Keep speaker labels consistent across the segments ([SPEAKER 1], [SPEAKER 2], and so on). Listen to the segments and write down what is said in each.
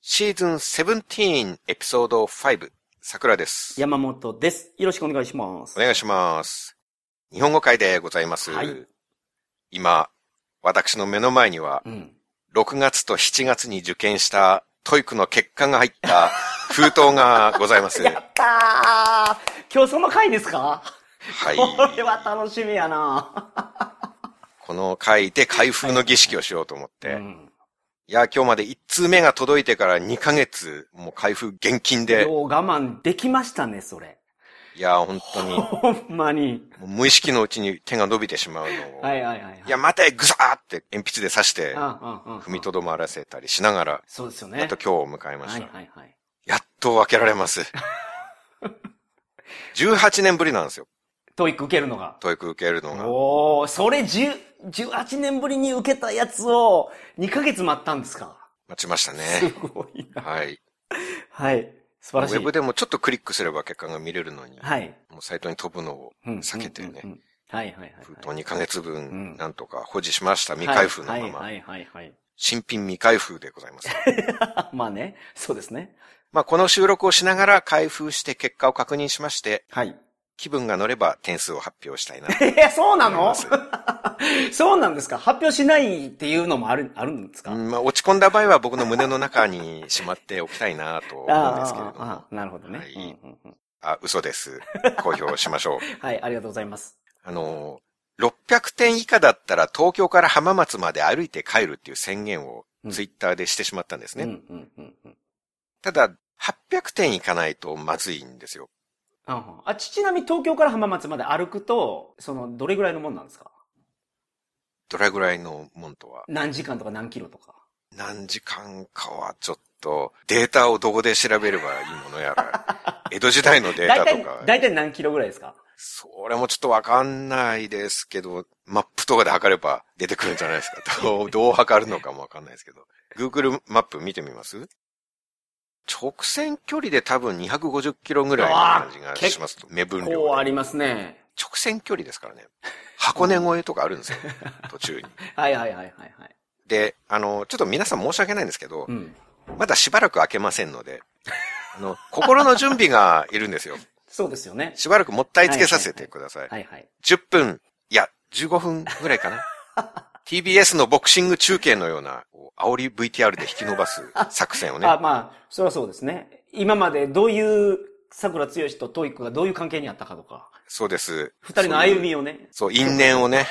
[SPEAKER 1] シーズン17エピソード5、桜です。
[SPEAKER 2] 山本です。よろしくお願いします。
[SPEAKER 1] お願いします。日本語会でございます。
[SPEAKER 2] はい
[SPEAKER 1] 今、私の目の前には、
[SPEAKER 2] うん。
[SPEAKER 1] 6月と7月に受験したトイックの結果が入った封筒がございま す。
[SPEAKER 2] や
[SPEAKER 1] は
[SPEAKER 2] ったー今日その回ですか、
[SPEAKER 1] い。
[SPEAKER 2] これは楽しみやな
[SPEAKER 1] この回で開封の儀式をしようと思って。
[SPEAKER 2] う
[SPEAKER 1] い、
[SPEAKER 2] ん。
[SPEAKER 1] や、今日まで1通目が届いてから2ヶ月、もう開封現金で、
[SPEAKER 2] よう我慢できましたね、それ。
[SPEAKER 1] いや、本当に、も
[SPEAKER 2] ほんまに。
[SPEAKER 1] う無意識のうちに手が伸びてしまうのを。
[SPEAKER 2] はいはいはい、はい。
[SPEAKER 1] いや、待てぐさーって鉛筆で刺して
[SPEAKER 2] う、んうんうん。
[SPEAKER 1] 踏みとどまらせたりしながら、
[SPEAKER 2] そうですよね。
[SPEAKER 1] やっと今日を迎えま
[SPEAKER 2] は
[SPEAKER 1] し
[SPEAKER 2] い
[SPEAKER 1] た。
[SPEAKER 2] はいはい。
[SPEAKER 1] やっと開けられ ます。18年ぶりなんですよ。
[SPEAKER 2] トイック受けるのが。
[SPEAKER 1] 教育受けるのが。
[SPEAKER 2] おお、それ10 18年ぶりに受けたやつを2ヶ月待ったんですか、
[SPEAKER 1] 待ちました
[SPEAKER 2] す
[SPEAKER 1] ね。
[SPEAKER 2] ごいな。
[SPEAKER 1] はい。
[SPEAKER 2] はい。素晴
[SPEAKER 1] ウ
[SPEAKER 2] らしい。
[SPEAKER 1] ェブでもちょっとクリックすれば結果が見れるのに、
[SPEAKER 2] はい。
[SPEAKER 1] もうサイトに飛ぶのを
[SPEAKER 2] うん
[SPEAKER 1] 避けてね
[SPEAKER 2] うんう、んうんはいはいはいはい。
[SPEAKER 1] 封筒2ヶ月分
[SPEAKER 2] ん
[SPEAKER 1] なんとか保持しました未開封のま
[SPEAKER 2] は
[SPEAKER 1] ま、
[SPEAKER 2] いはいはい、はい。
[SPEAKER 1] 新品未開封でございます。
[SPEAKER 2] あまあね、そうですね。
[SPEAKER 1] まあこの収録をしながら開封して結果を確認しまして、
[SPEAKER 2] はい。
[SPEAKER 1] 気分が乗れば点数を発表したいなと
[SPEAKER 2] えー、そうな
[SPEAKER 1] 思いま
[SPEAKER 2] の
[SPEAKER 1] す。
[SPEAKER 2] そうなんですか発表しないっていうのもある、あるんですか、
[SPEAKER 1] うんまあ、落ち込んだ場合は僕の胸の中にしまっておきたいなと思うんですけれども。
[SPEAKER 2] あ
[SPEAKER 1] あ
[SPEAKER 2] ーなるほどね、
[SPEAKER 1] はい
[SPEAKER 2] うんうんうん
[SPEAKER 1] 嘘です。公表しましょう。
[SPEAKER 2] はい、ありがとうございます。
[SPEAKER 1] あのー、600点以下だったら東京から浜松まで歩いて帰るっていう宣言を
[SPEAKER 2] うん
[SPEAKER 1] ツイッターでしてしまったんですね。
[SPEAKER 2] うんうんうんうん。
[SPEAKER 1] ただ、800点いかないとまずいんですよ。
[SPEAKER 2] あ、あちなみに東京から浜松まで歩くと、その、どれぐらいのもんなんですか
[SPEAKER 1] どれぐらいのもんとは。
[SPEAKER 2] 何時間とか何キロとか。
[SPEAKER 1] 何時間かはちょっと、データをどこで調べればいいものや ら、江戸時代のデータ
[SPEAKER 2] だいた い
[SPEAKER 1] とか、、
[SPEAKER 2] だいたい何キロぐらいですか
[SPEAKER 1] それもちょっとわかんないですけど、マップとかで測れば出てくるんじゃないです か。どう、どう測るのかもわかんないですけど。Google マップ見てみます直線距離で多分250キロぐらいの感じがします。目分量
[SPEAKER 2] こうあ
[SPEAKER 1] で。
[SPEAKER 2] りますね。
[SPEAKER 1] 直線距離ですからね。箱根越えとかあるんです よ。途中に。
[SPEAKER 2] はいはいはいはいはい。
[SPEAKER 1] で、あの、ちょっと皆さん申し訳ないんですけど
[SPEAKER 2] う、ん。
[SPEAKER 1] まだしばらく開けませんので、あの、心の準備がいるんですよ。
[SPEAKER 2] そうですよね。
[SPEAKER 1] しばらくもったいつけさせてください。
[SPEAKER 2] はいはい。
[SPEAKER 1] 10分、いや、15分ぐらいか な。TBS のボクシング中継のような、こう煽り VTR で引き伸ばす作戦をね
[SPEAKER 2] あ、、まあ、それはそうですね。今までどういう、桜剛とトイックがどういう関係にあったかとか、
[SPEAKER 1] そうです。
[SPEAKER 2] 二人の歩みをね。
[SPEAKER 1] そういう、そう因縁をね、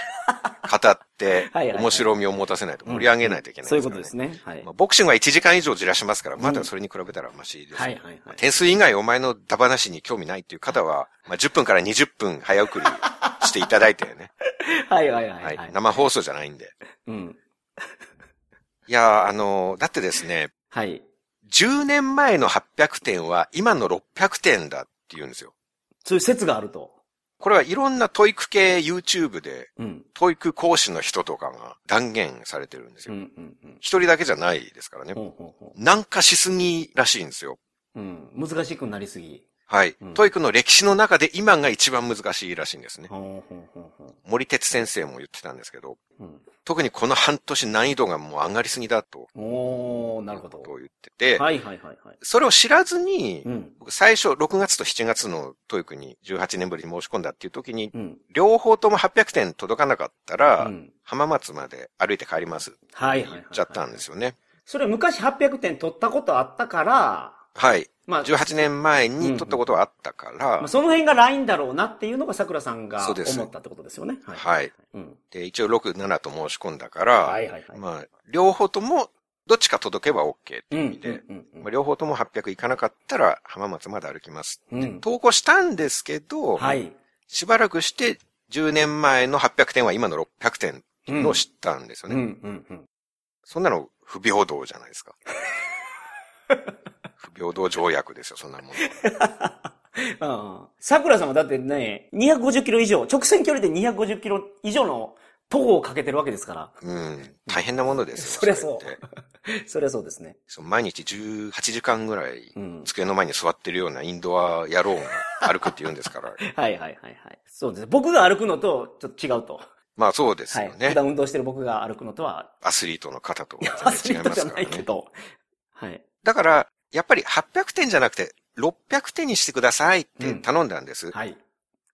[SPEAKER 1] 語って
[SPEAKER 2] はいはい、はい
[SPEAKER 1] 面白みを持たせないと盛り上げないといけない
[SPEAKER 2] そういう
[SPEAKER 1] から
[SPEAKER 2] ことです。ね。はい。
[SPEAKER 1] まあボクシングは1時間以上じらしますから、まだそれに比べたらマシです。
[SPEAKER 2] はいはいはい。
[SPEAKER 1] 点数以外お前のダバなしに興味ないっていう方は、まあ、10分から20分早送りしていただいてね。
[SPEAKER 2] はいはい はいは。
[SPEAKER 1] はいい。生放送じゃないんで。
[SPEAKER 2] うん。
[SPEAKER 1] いやー、あのーだってですね、
[SPEAKER 2] はい。
[SPEAKER 1] 10年前の800点は今の600点だって言うんですよ。
[SPEAKER 2] そういう説があると。
[SPEAKER 1] これはいろんなトイック系 YouTube で、
[SPEAKER 2] うん。
[SPEAKER 1] トイック講師の人とかが断言されてるんです
[SPEAKER 2] うん
[SPEAKER 1] よ。
[SPEAKER 2] うんうん。
[SPEAKER 1] 一、人だけじゃないですからね。
[SPEAKER 2] ほうほうほ
[SPEAKER 1] 難化しすぎらしいんですよ。
[SPEAKER 2] う。うん。難しくなりすぎ。
[SPEAKER 1] はい、
[SPEAKER 2] うん
[SPEAKER 1] トイックの歴史の中で今が一番難しいらしいんですね。
[SPEAKER 2] ほうほうほうほ
[SPEAKER 1] 森哲先生も言ってたんですけど、
[SPEAKER 2] う。うん。
[SPEAKER 1] 特にこの半年難易度がもう上がりすぎだと、
[SPEAKER 2] おー、なるほど。
[SPEAKER 1] こ
[SPEAKER 2] は
[SPEAKER 1] う言ってて、
[SPEAKER 2] いはいはいはい。
[SPEAKER 1] それを知らずに、
[SPEAKER 2] うん。
[SPEAKER 1] 僕最初6月と7月のトイックに18年ぶりに申し込んだっていう時に、
[SPEAKER 2] うん。
[SPEAKER 1] 両方とも800点届かなかったら、
[SPEAKER 2] うん
[SPEAKER 1] 浜松まで歩いて帰りますって
[SPEAKER 2] はい
[SPEAKER 1] 言
[SPEAKER 2] はい
[SPEAKER 1] っ
[SPEAKER 2] はいはい。
[SPEAKER 1] ちゃったんですよね。
[SPEAKER 2] それ昔800点取ったことあったから、
[SPEAKER 1] はい。
[SPEAKER 2] まあ、
[SPEAKER 1] 18年前に取ったことはあったから、
[SPEAKER 2] まあ、その辺がラインだろうなっていうのが桜さんが
[SPEAKER 1] そうです
[SPEAKER 2] 思ったってことですよね。は
[SPEAKER 1] はい。
[SPEAKER 2] うん。
[SPEAKER 1] で、一応6、7と申し込んだから、
[SPEAKER 2] はいはいはい。
[SPEAKER 1] まあ、両方とも、どっちか届けば OK って
[SPEAKER 2] うん
[SPEAKER 1] いう
[SPEAKER 2] う
[SPEAKER 1] 意味で、
[SPEAKER 2] んうんうん
[SPEAKER 1] まあ、両方とも800いかなかったら浜松まで歩きます。
[SPEAKER 2] うん。
[SPEAKER 1] 投稿したんですけど、
[SPEAKER 2] はい。
[SPEAKER 1] しばらくして10年前の800点は今の600点
[SPEAKER 2] うん。
[SPEAKER 1] のを知ったんですよ
[SPEAKER 2] う
[SPEAKER 1] ね。
[SPEAKER 2] んうんうん。
[SPEAKER 1] そんなの不平等じゃないです か。不平等条約ですよ、そんなもの。
[SPEAKER 2] ああ。桜さんはだってね、250キロ以上、直線距離で250キロ以上の徒歩をかけてるわけですから。
[SPEAKER 1] うん。大変なものですよ。
[SPEAKER 2] そりゃそう
[SPEAKER 1] れって。
[SPEAKER 2] それはそうですね。
[SPEAKER 1] そう毎日18時間ぐらい、
[SPEAKER 2] うん。
[SPEAKER 1] 机の前に座ってるようなインドア野郎が歩くって言うんですから。
[SPEAKER 2] はいはいはいはい。そうです。僕が歩くのとちょっと違うと。
[SPEAKER 1] まあそうです
[SPEAKER 2] はい
[SPEAKER 1] よ。ね。
[SPEAKER 2] 普段運動してる僕が歩くのとは、
[SPEAKER 1] アスリートの方とは
[SPEAKER 2] アス
[SPEAKER 1] 全
[SPEAKER 2] リ
[SPEAKER 1] 然違
[SPEAKER 2] ー
[SPEAKER 1] い
[SPEAKER 2] ト
[SPEAKER 1] ま
[SPEAKER 2] じゃ
[SPEAKER 1] すか
[SPEAKER 2] な
[SPEAKER 1] ら
[SPEAKER 2] いけ
[SPEAKER 1] ね。
[SPEAKER 2] ど。はい。
[SPEAKER 1] だから、やっぱり800点じゃなくて、600点にしてくださいって頼んだんです。
[SPEAKER 2] はい。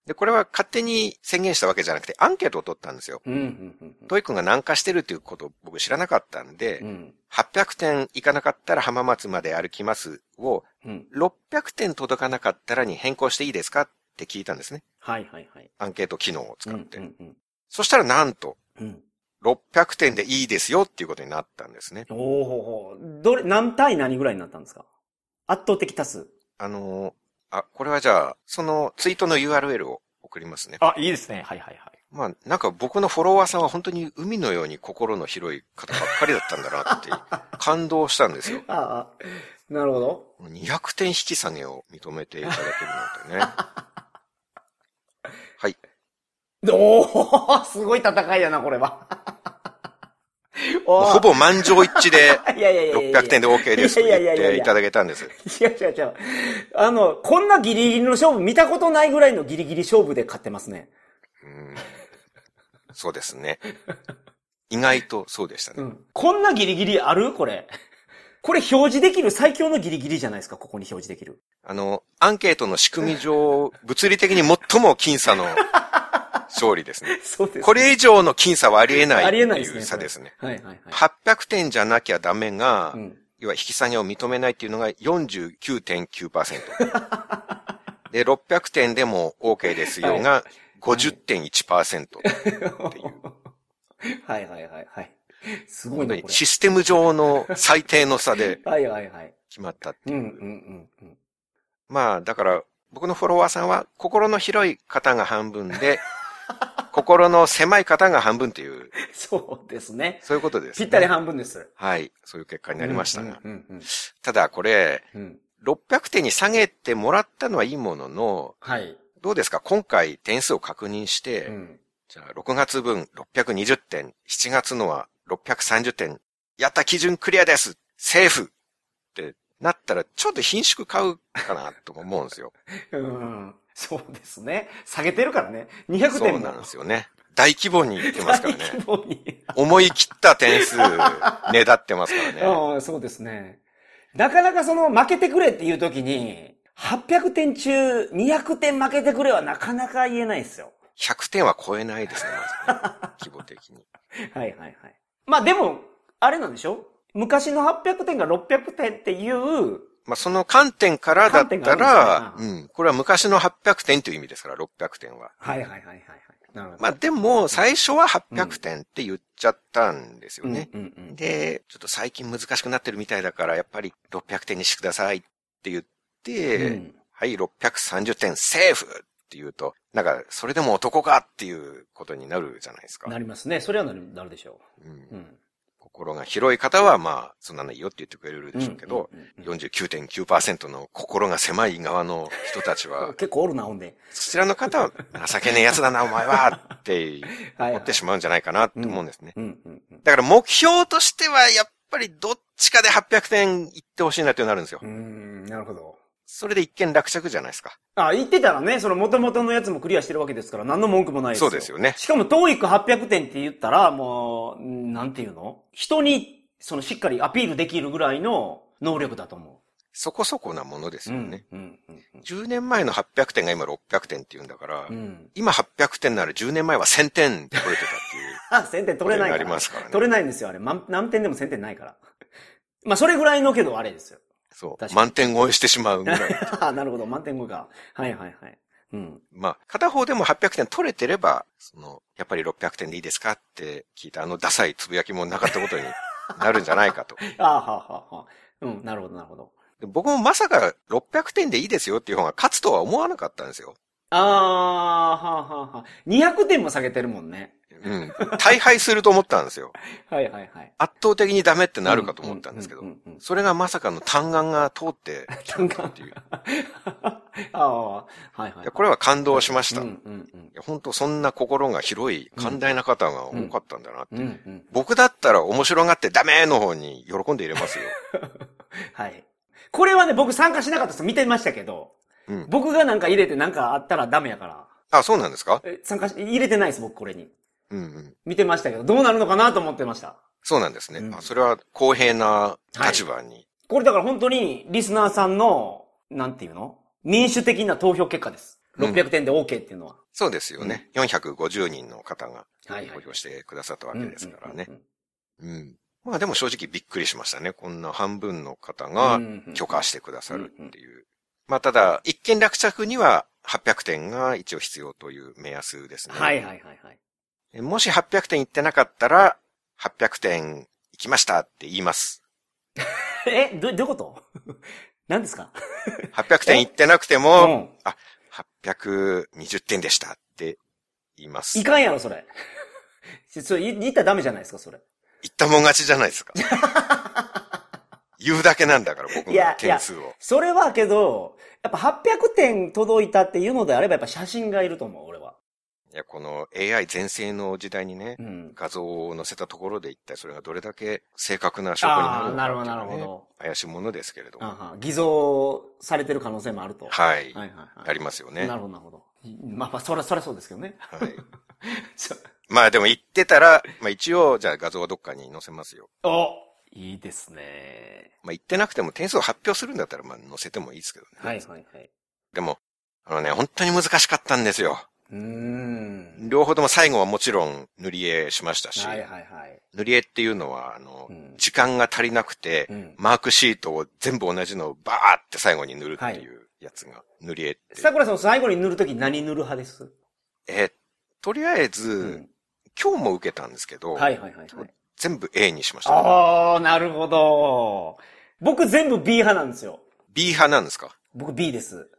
[SPEAKER 1] で、これは勝手に宣言したわけじゃなくて、アンケートを取ったんですよ。
[SPEAKER 2] うん、うん、
[SPEAKER 1] トイ君が難化してるっていうことを僕知らなかったんで、
[SPEAKER 2] うん。うん。
[SPEAKER 1] 800点いかなかったら浜松まで歩きますを、
[SPEAKER 2] うん。
[SPEAKER 1] 600点届かなかったらに変更していいですかって聞いたんですね。
[SPEAKER 2] はい、はい、はい。
[SPEAKER 1] アンケート機能を使って。
[SPEAKER 2] うん、うん、
[SPEAKER 1] そしたらなんと、
[SPEAKER 2] うん。うん。
[SPEAKER 1] 600点でいいですよっていうことになったんですね。
[SPEAKER 2] おーほーほーどれ、何対何ぐらいになったんですか圧倒的多数。
[SPEAKER 1] あのーあ、これはじゃあ、そのツイートの URL を送りますね。
[SPEAKER 3] あ、いいですね。はいはいはい。
[SPEAKER 1] まあ、なんか僕のフォロワーさんは本当に海のように心の広い方ばっかりだったんだなっていう 感動したんですよ。
[SPEAKER 2] ああ、なるほど。
[SPEAKER 1] 200点引き下げを認めていただけるなん てね。はい。
[SPEAKER 2] おー、すごい戦いやな、これは。おー
[SPEAKER 1] ほぼ満場一致で
[SPEAKER 2] いやいやいやいや
[SPEAKER 1] 600点で OK ですと
[SPEAKER 2] いやい
[SPEAKER 1] 言
[SPEAKER 2] や
[SPEAKER 1] っ
[SPEAKER 2] いやいや
[SPEAKER 1] ていただけたんです。
[SPEAKER 2] 違う違う違う。あの、こんなギリギリの勝負、見たことないぐらいのギリギリ勝負で勝ってますね。
[SPEAKER 1] うんそうです ね。意外とそうでしたね。
[SPEAKER 2] うん。こんなギリギリあるこれ。これ表示できる最強のギリギリじゃないですか、ここに表示できる。
[SPEAKER 1] あの、アンケートの仕組み上、物理的に最も僅 差の勝利ですね。
[SPEAKER 2] そうです。
[SPEAKER 1] これ以上の僅差はありえない
[SPEAKER 2] ありえない
[SPEAKER 1] って
[SPEAKER 2] です
[SPEAKER 1] い
[SPEAKER 2] ね。
[SPEAKER 1] う差ですね。
[SPEAKER 2] それ。はいはいは
[SPEAKER 1] 800点じゃなきゃダメが、
[SPEAKER 2] い。うん。
[SPEAKER 1] 要は引き下げを認めないっていうのが49.9%。で、600点 でも OK ですよが50.1%。
[SPEAKER 2] はいはいはいはい。すごい
[SPEAKER 1] 本当
[SPEAKER 2] な、
[SPEAKER 1] に
[SPEAKER 2] これ。
[SPEAKER 1] システム上の最低の差で
[SPEAKER 2] はいはいはい。
[SPEAKER 1] 決まった。
[SPEAKER 2] うんうんうんうん。
[SPEAKER 1] まあ、だから、僕のフォロワーさんは、心の広い方が半分 で、心の狭い方が半分っていう、
[SPEAKER 2] そうですね。
[SPEAKER 1] そういうことです、
[SPEAKER 2] ぴ
[SPEAKER 1] ね。
[SPEAKER 2] ったり半分です。
[SPEAKER 1] はい。そういう結果になりましたが。
[SPEAKER 2] うんうん
[SPEAKER 1] ただ、これ、
[SPEAKER 2] うんうん。
[SPEAKER 1] 600点に下げてもらったのはいいものの、
[SPEAKER 2] はい。
[SPEAKER 1] どうですか今回点数を確認して、
[SPEAKER 2] うん。
[SPEAKER 1] じゃあ6月分620点、7月のは630点、やった基準クリアですセーフってなったら、ちょっと品種買うかなとも思うん ですよ。
[SPEAKER 2] うん。そうですね。下げてるからね。200
[SPEAKER 1] そう
[SPEAKER 2] 点
[SPEAKER 1] なんで
[SPEAKER 2] よ。
[SPEAKER 1] すよね。大規模にいってますからね。
[SPEAKER 2] 大規模に。
[SPEAKER 1] 思い切った点数、ねだってますからね。
[SPEAKER 2] ああ、そうですね。なかなかその負けてくれっていう時に、800点中200点負けてくれはなかなか言えないですよ。
[SPEAKER 1] 100点は超えないですね、まずね 規模的に。
[SPEAKER 2] はいはいはい。まあでも、あれなんでしょ昔の800点が600点っていう、
[SPEAKER 1] まあ、その観点からだった
[SPEAKER 2] 観点があ
[SPEAKER 1] ら、
[SPEAKER 2] るんです
[SPEAKER 1] うん、これは昔の800点という意味ですから、600点は。
[SPEAKER 2] はいはいはいはいはい。なるほど。
[SPEAKER 1] まあ、でも、最初は800点って言っちゃったんですよ
[SPEAKER 2] うん
[SPEAKER 1] ね。
[SPEAKER 2] うんうん。
[SPEAKER 1] で、ちょっと最近難しくなってるみたいだから、やっぱり600点にしてくださいって言っ
[SPEAKER 2] う
[SPEAKER 1] て、
[SPEAKER 2] ん
[SPEAKER 1] はい、630点セーフって言うと、なんか、それでも男かっていうことになるじゃないですか。
[SPEAKER 2] なりますね。それはなるなるでしょ
[SPEAKER 1] う、
[SPEAKER 2] う。うんん。
[SPEAKER 1] 心が広い方は、まあ、そんなのいいよって言ってくれるでしょうけど、
[SPEAKER 2] うんうんうん、
[SPEAKER 1] 49.9%の心が狭い側の人たちは
[SPEAKER 2] 結構おるな、ほんで。
[SPEAKER 1] そちらの方は、情けねえやつだな、お前はって
[SPEAKER 2] はい
[SPEAKER 1] 思ってしまうんじゃないかなって思うんですね。
[SPEAKER 2] うんうんうん。
[SPEAKER 1] だから目標としては、やっぱりどっちかで800点いってほしいなってなるんですよ
[SPEAKER 2] う。ん、なるほど。
[SPEAKER 1] それで一見落着じゃないですか。
[SPEAKER 2] あ、言ってたらね、その元々のやつもクリアしてるわけですから、何の文句もないです
[SPEAKER 1] そ
[SPEAKER 2] よ。
[SPEAKER 1] うですよね。
[SPEAKER 2] しかも、トーイック800点って言ったら、もう、んなんていうの人に、その、しっかりアピールできるぐらいの能力だと思
[SPEAKER 1] そこそこなものです
[SPEAKER 2] う。う
[SPEAKER 1] よ
[SPEAKER 2] ん。
[SPEAKER 1] ね。
[SPEAKER 2] うん。うん
[SPEAKER 1] 10年前の800点が今600点って言うんだから、
[SPEAKER 2] うん。
[SPEAKER 1] 今800点なら10年前は1000点取れてたっていう
[SPEAKER 2] あ、1000
[SPEAKER 1] こ
[SPEAKER 2] 点取れない
[SPEAKER 1] とにな
[SPEAKER 2] から。
[SPEAKER 1] りますからね。
[SPEAKER 2] 取れないんですよ、あれ。満何点でも1000点ないから。 まあ、それぐらいのけど、あれですよ。
[SPEAKER 1] そ
[SPEAKER 2] 確
[SPEAKER 1] う。
[SPEAKER 2] かに
[SPEAKER 1] 満点超えしてしまうぐら い。
[SPEAKER 2] あなるほど、満点超えか。はいはいはい。うん。
[SPEAKER 1] まあ、片方でも800点取れてれば、その、やっぱり600点でいいですかって聞いたあのダサいつぶやきもなかったことになるんじゃないかと。
[SPEAKER 2] あはあはあはあ。うん、なるほど、なるほど。
[SPEAKER 1] で僕もまさか600点でいいですよっていう方が勝つとは思わなかったんですよ。
[SPEAKER 2] ああ、はあはあはあ。200点も下げてるもんね。
[SPEAKER 1] うん。大敗すると思ったんです よ。
[SPEAKER 2] はいはいはい。
[SPEAKER 1] 圧倒的にダメってなるかと思ったんですけ
[SPEAKER 2] う
[SPEAKER 1] ど
[SPEAKER 2] う。うんうん
[SPEAKER 1] それがまさかの単眼が通って、
[SPEAKER 2] 単眼
[SPEAKER 1] っていう。
[SPEAKER 2] ああ、はいはい
[SPEAKER 1] や。これは感動しました。
[SPEAKER 2] う
[SPEAKER 1] い
[SPEAKER 2] んうんうん
[SPEAKER 1] や本当そんな心が広い、寛大な方が多かったんだな。
[SPEAKER 2] うんうん。
[SPEAKER 1] 僕だったら面白がってダメの方に喜んで入れ ますよ。
[SPEAKER 2] はい。これはね、僕参加しなかったです。見てましたけど。
[SPEAKER 1] うん。
[SPEAKER 2] 僕がなんか入れてなんかあったらダメやから。
[SPEAKER 1] あ、そうなんですか
[SPEAKER 2] え参加し、入れてないです、僕これに。
[SPEAKER 1] うんうん。
[SPEAKER 2] 見てましたけど、どうなるのかなと思ってました。
[SPEAKER 1] そうなんですね。
[SPEAKER 2] うん
[SPEAKER 1] あそれは公平な立場に
[SPEAKER 2] これだから本当にリスナーさんの、なんていうの民主的な投票結果です。
[SPEAKER 1] うん
[SPEAKER 2] 600点で OK っていうのは。
[SPEAKER 1] そうですよね。450人の方が
[SPEAKER 2] はいはい
[SPEAKER 1] 投。票してくださったわけですからね
[SPEAKER 2] う。んうん
[SPEAKER 1] うん。まあでも正直びっくりしましたね。こんな半分の方
[SPEAKER 2] う
[SPEAKER 1] が
[SPEAKER 2] んうんうん
[SPEAKER 1] 許可してくださるっていう。まあただ、一見落着には800点が一応必要という目安ですね。
[SPEAKER 2] はいはいはいはい。
[SPEAKER 1] えもし800点いってなかったら、800点いきましたって言い ます。
[SPEAKER 2] え、ど、どういうこと 何ですか
[SPEAKER 1] 800点いってなくて
[SPEAKER 2] う
[SPEAKER 1] も、
[SPEAKER 2] ん。
[SPEAKER 1] 820点でしたって言います。
[SPEAKER 2] いかんやろ、それ。 それ、い言ったらダメじゃないですか、それ。
[SPEAKER 1] 言ったもん勝ちじゃない ですか。言うだけなんだから、僕
[SPEAKER 2] いやい
[SPEAKER 1] の
[SPEAKER 2] や
[SPEAKER 1] 点数を。
[SPEAKER 2] それはけど、やっぱ800点届いたっていうのであれば、やっぱ写真がいると思う、俺は。
[SPEAKER 1] いや、この AI 全盛の時代にね
[SPEAKER 2] う、ん。
[SPEAKER 1] 画像を載せたところで一体それがどれだけ正確な証拠にな
[SPEAKER 2] ああ
[SPEAKER 1] る
[SPEAKER 2] ー、
[SPEAKER 1] の
[SPEAKER 2] な
[SPEAKER 1] か
[SPEAKER 2] る
[SPEAKER 1] っ
[SPEAKER 2] ほど、
[SPEAKER 1] ていう
[SPEAKER 2] な
[SPEAKER 1] の
[SPEAKER 2] る
[SPEAKER 1] は
[SPEAKER 2] ほ
[SPEAKER 1] ね
[SPEAKER 2] ど。
[SPEAKER 1] 怪しいものですけれども。
[SPEAKER 2] あは偽造されてる可能性もあると。
[SPEAKER 1] はい。
[SPEAKER 2] はいはいはい。
[SPEAKER 1] ありますよね。
[SPEAKER 2] な
[SPEAKER 1] は
[SPEAKER 2] るほど、なるほど。まあまあ、そら、そらそうですけどね。
[SPEAKER 1] い。
[SPEAKER 2] そ
[SPEAKER 1] まあでも言ってたら、まあ一応、じゃあ画像はどっかに載せますよ。
[SPEAKER 2] おいいですね。
[SPEAKER 1] まあ言ってなくても点数を発表するんだったら、まあ載せてもいいですけどね。
[SPEAKER 2] はいはいはい。
[SPEAKER 1] でも、あのね、本当に難しかったんですよ。
[SPEAKER 2] うーん。
[SPEAKER 1] 両方とも最後はもちろん塗り絵しましたし、
[SPEAKER 2] はいはいはい。
[SPEAKER 1] 塗り絵っていうのは、あの
[SPEAKER 2] う、ん。
[SPEAKER 1] 時間が足りなくて、
[SPEAKER 2] うん。
[SPEAKER 1] マークシートを全部同じのをバーって最後に塗るっていうやつが、塗り絵っていう。
[SPEAKER 2] 桜さん最後に塗るとき何塗る派です
[SPEAKER 1] えーとりあえず、
[SPEAKER 2] うん。
[SPEAKER 1] 今日も受けたんですけど、
[SPEAKER 2] はいはいはいはい。
[SPEAKER 1] 全部 A にしました。
[SPEAKER 2] ああ、なるほど。僕全部 B 派なんですよ。
[SPEAKER 1] B 派なんですか
[SPEAKER 2] 僕 B です。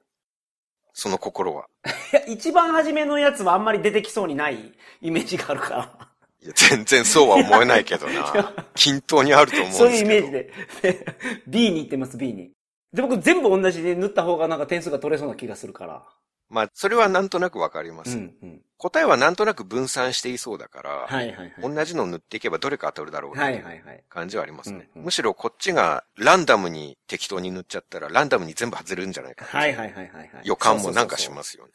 [SPEAKER 1] その心は。
[SPEAKER 2] いや、一番初めのやつはあんまり出てきそうにないイメージがあるか
[SPEAKER 1] いや、全然そうは思えないけど
[SPEAKER 2] いや
[SPEAKER 1] な。均等にあると思うん
[SPEAKER 2] ら。
[SPEAKER 1] ですけど。
[SPEAKER 2] そういうイメージで。B に行ってます、B に。で、僕全部同じで塗った方がなんか点数が取れそうな気がするから。
[SPEAKER 1] まあ、それはなんとなくわかりま
[SPEAKER 2] う
[SPEAKER 1] す。
[SPEAKER 2] ん、うん。
[SPEAKER 1] 答えはなんとなく分散していそうだから、
[SPEAKER 2] はいはいはい。
[SPEAKER 1] 同じのを塗っていけばどれか当たるだろう
[SPEAKER 2] は
[SPEAKER 1] ない
[SPEAKER 2] はいはい。
[SPEAKER 1] 感じはありますね。
[SPEAKER 2] うんうん
[SPEAKER 1] むしろこっちがランダムに適当に塗っちゃったら、ランダムに全部外れるんじゃないかっていう
[SPEAKER 2] はいはいはいはいはい。
[SPEAKER 1] 予感もなんかし
[SPEAKER 2] す。
[SPEAKER 1] ますよね。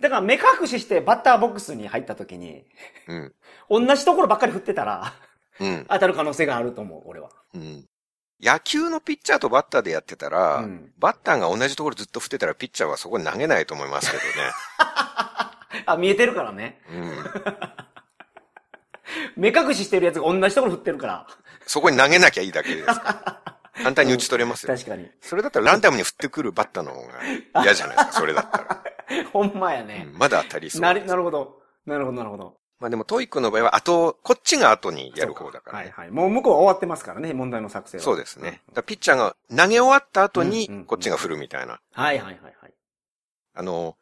[SPEAKER 2] だから目隠ししてバッターボックスに入った時に、
[SPEAKER 1] うん。
[SPEAKER 2] 同じところばっかり振ってたら、
[SPEAKER 1] うん。
[SPEAKER 2] 当たる可能性があると思う、俺は。
[SPEAKER 1] うん。野球のピッチャーとバッターでやってたら、
[SPEAKER 2] うん
[SPEAKER 1] バッターが同じところずっと振ってたらピッチャーはそこに投げないと思いますけ
[SPEAKER 2] あ、見えてるからね。
[SPEAKER 1] どね。うん。
[SPEAKER 2] 目隠ししてるやつが同じところ振ってるから。
[SPEAKER 1] そこに投げなきゃいいだけですから。 簡単に打ち取れますよ。
[SPEAKER 2] 確かに。
[SPEAKER 1] それだったらランダムに振ってくるバッターの方が嫌じゃないですか、それだった ら。
[SPEAKER 2] ほんまや
[SPEAKER 1] う
[SPEAKER 2] ね。
[SPEAKER 1] んまだ当たりそう。
[SPEAKER 2] なる、なるほど。なるほど、なるほど。
[SPEAKER 1] まあでもトイックの場合は後、こっちが後にやる方だから
[SPEAKER 2] は
[SPEAKER 1] ね
[SPEAKER 2] い。はい。もう向こうは終わってますからね、問題の作成は。
[SPEAKER 1] そうですね。だからピッチャーが投げ終わった後に
[SPEAKER 2] うんうんうん、
[SPEAKER 1] こっちが振るみたいな。
[SPEAKER 2] うん。はいはいはいはい。
[SPEAKER 1] あの、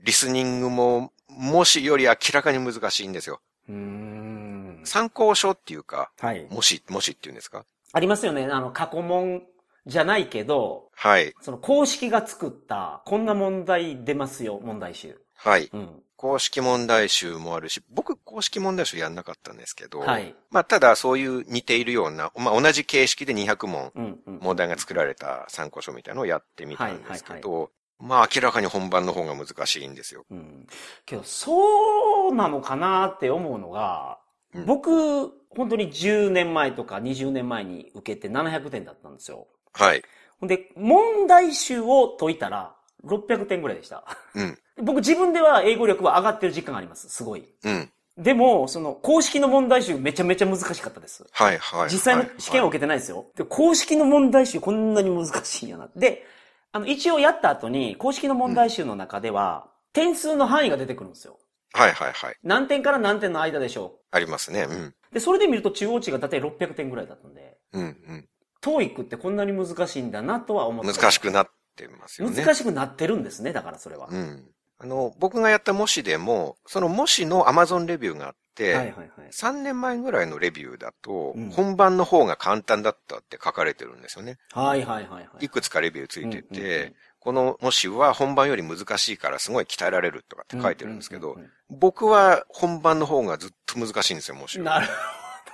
[SPEAKER 1] リスニングも、もしより明らかに難しいんですよ。
[SPEAKER 2] うーん。
[SPEAKER 1] 参考書っていうか、
[SPEAKER 2] はい。
[SPEAKER 1] もし、もしっていうんですか
[SPEAKER 2] ありますよね。あの、過去問じゃないけど、
[SPEAKER 1] はい。
[SPEAKER 2] その公式が作った、こんな問題出ますよ、問題集。
[SPEAKER 1] はい。
[SPEAKER 2] うん。
[SPEAKER 1] 公式問題集もあるし、僕公式問題集やんなかったんですけど、
[SPEAKER 2] はい。
[SPEAKER 1] まあただそういう似ているような、まあ同じ形式で200問
[SPEAKER 2] うん、うん。
[SPEAKER 1] 問題が作られた参考書みたいなのをやってみたんですけど、まあ明らかに本番の方が難しいんですよ。
[SPEAKER 2] うん。けど、そうなのかなって思うのが、
[SPEAKER 1] うん
[SPEAKER 2] 僕、本当に10年前とか20年前に受けて700点だったんですよ。
[SPEAKER 1] はい。
[SPEAKER 2] ほんで、問題集を解いたら、600点ぐらいでした。
[SPEAKER 1] うん。
[SPEAKER 2] 僕自分では英語力は上がってる実感があります。すごい。
[SPEAKER 1] うん。
[SPEAKER 2] でも、その、公式の問題集めちゃめちゃ難しかったです。
[SPEAKER 1] はいはい。
[SPEAKER 2] 実際の試験を受けてないですよ。で、公式の問題集こんなに難しいんやな。で、あの、一応やった後に、公式の問題集の中では、点数の範囲が出てくるんですよ。
[SPEAKER 1] はいはいはいはい。
[SPEAKER 2] 何点から何点の間でしょ
[SPEAKER 1] ありますね。うん。
[SPEAKER 2] う。で、それで見ると中央値がだいたい600点ぐらいだったんで、
[SPEAKER 1] うん。
[SPEAKER 2] トーイックってこんなに難しいんだなとは思
[SPEAKER 1] う
[SPEAKER 2] っ
[SPEAKER 1] ん。
[SPEAKER 2] て。
[SPEAKER 1] 難しくなってますよね。
[SPEAKER 2] 難しくなってるんですね、だからそれは。
[SPEAKER 1] うん。あの、僕がやった模試でも、その模試の Amazon レビューがあって、
[SPEAKER 2] はいはいはい。
[SPEAKER 1] 3年前ぐらいのレビューだと、
[SPEAKER 2] うん
[SPEAKER 1] 本番の方が簡単だったって書かれてるんですよね。
[SPEAKER 2] はいはいはいはい。
[SPEAKER 1] いくつかレビューついてて、
[SPEAKER 2] うんうんうん
[SPEAKER 1] この模試は本番より難しいからすごい鍛えられるとかって書いてるんですけど、
[SPEAKER 2] ううう
[SPEAKER 1] 僕は本番の方がずっと難しいんですよ、模試
[SPEAKER 2] うん
[SPEAKER 1] は。
[SPEAKER 2] なる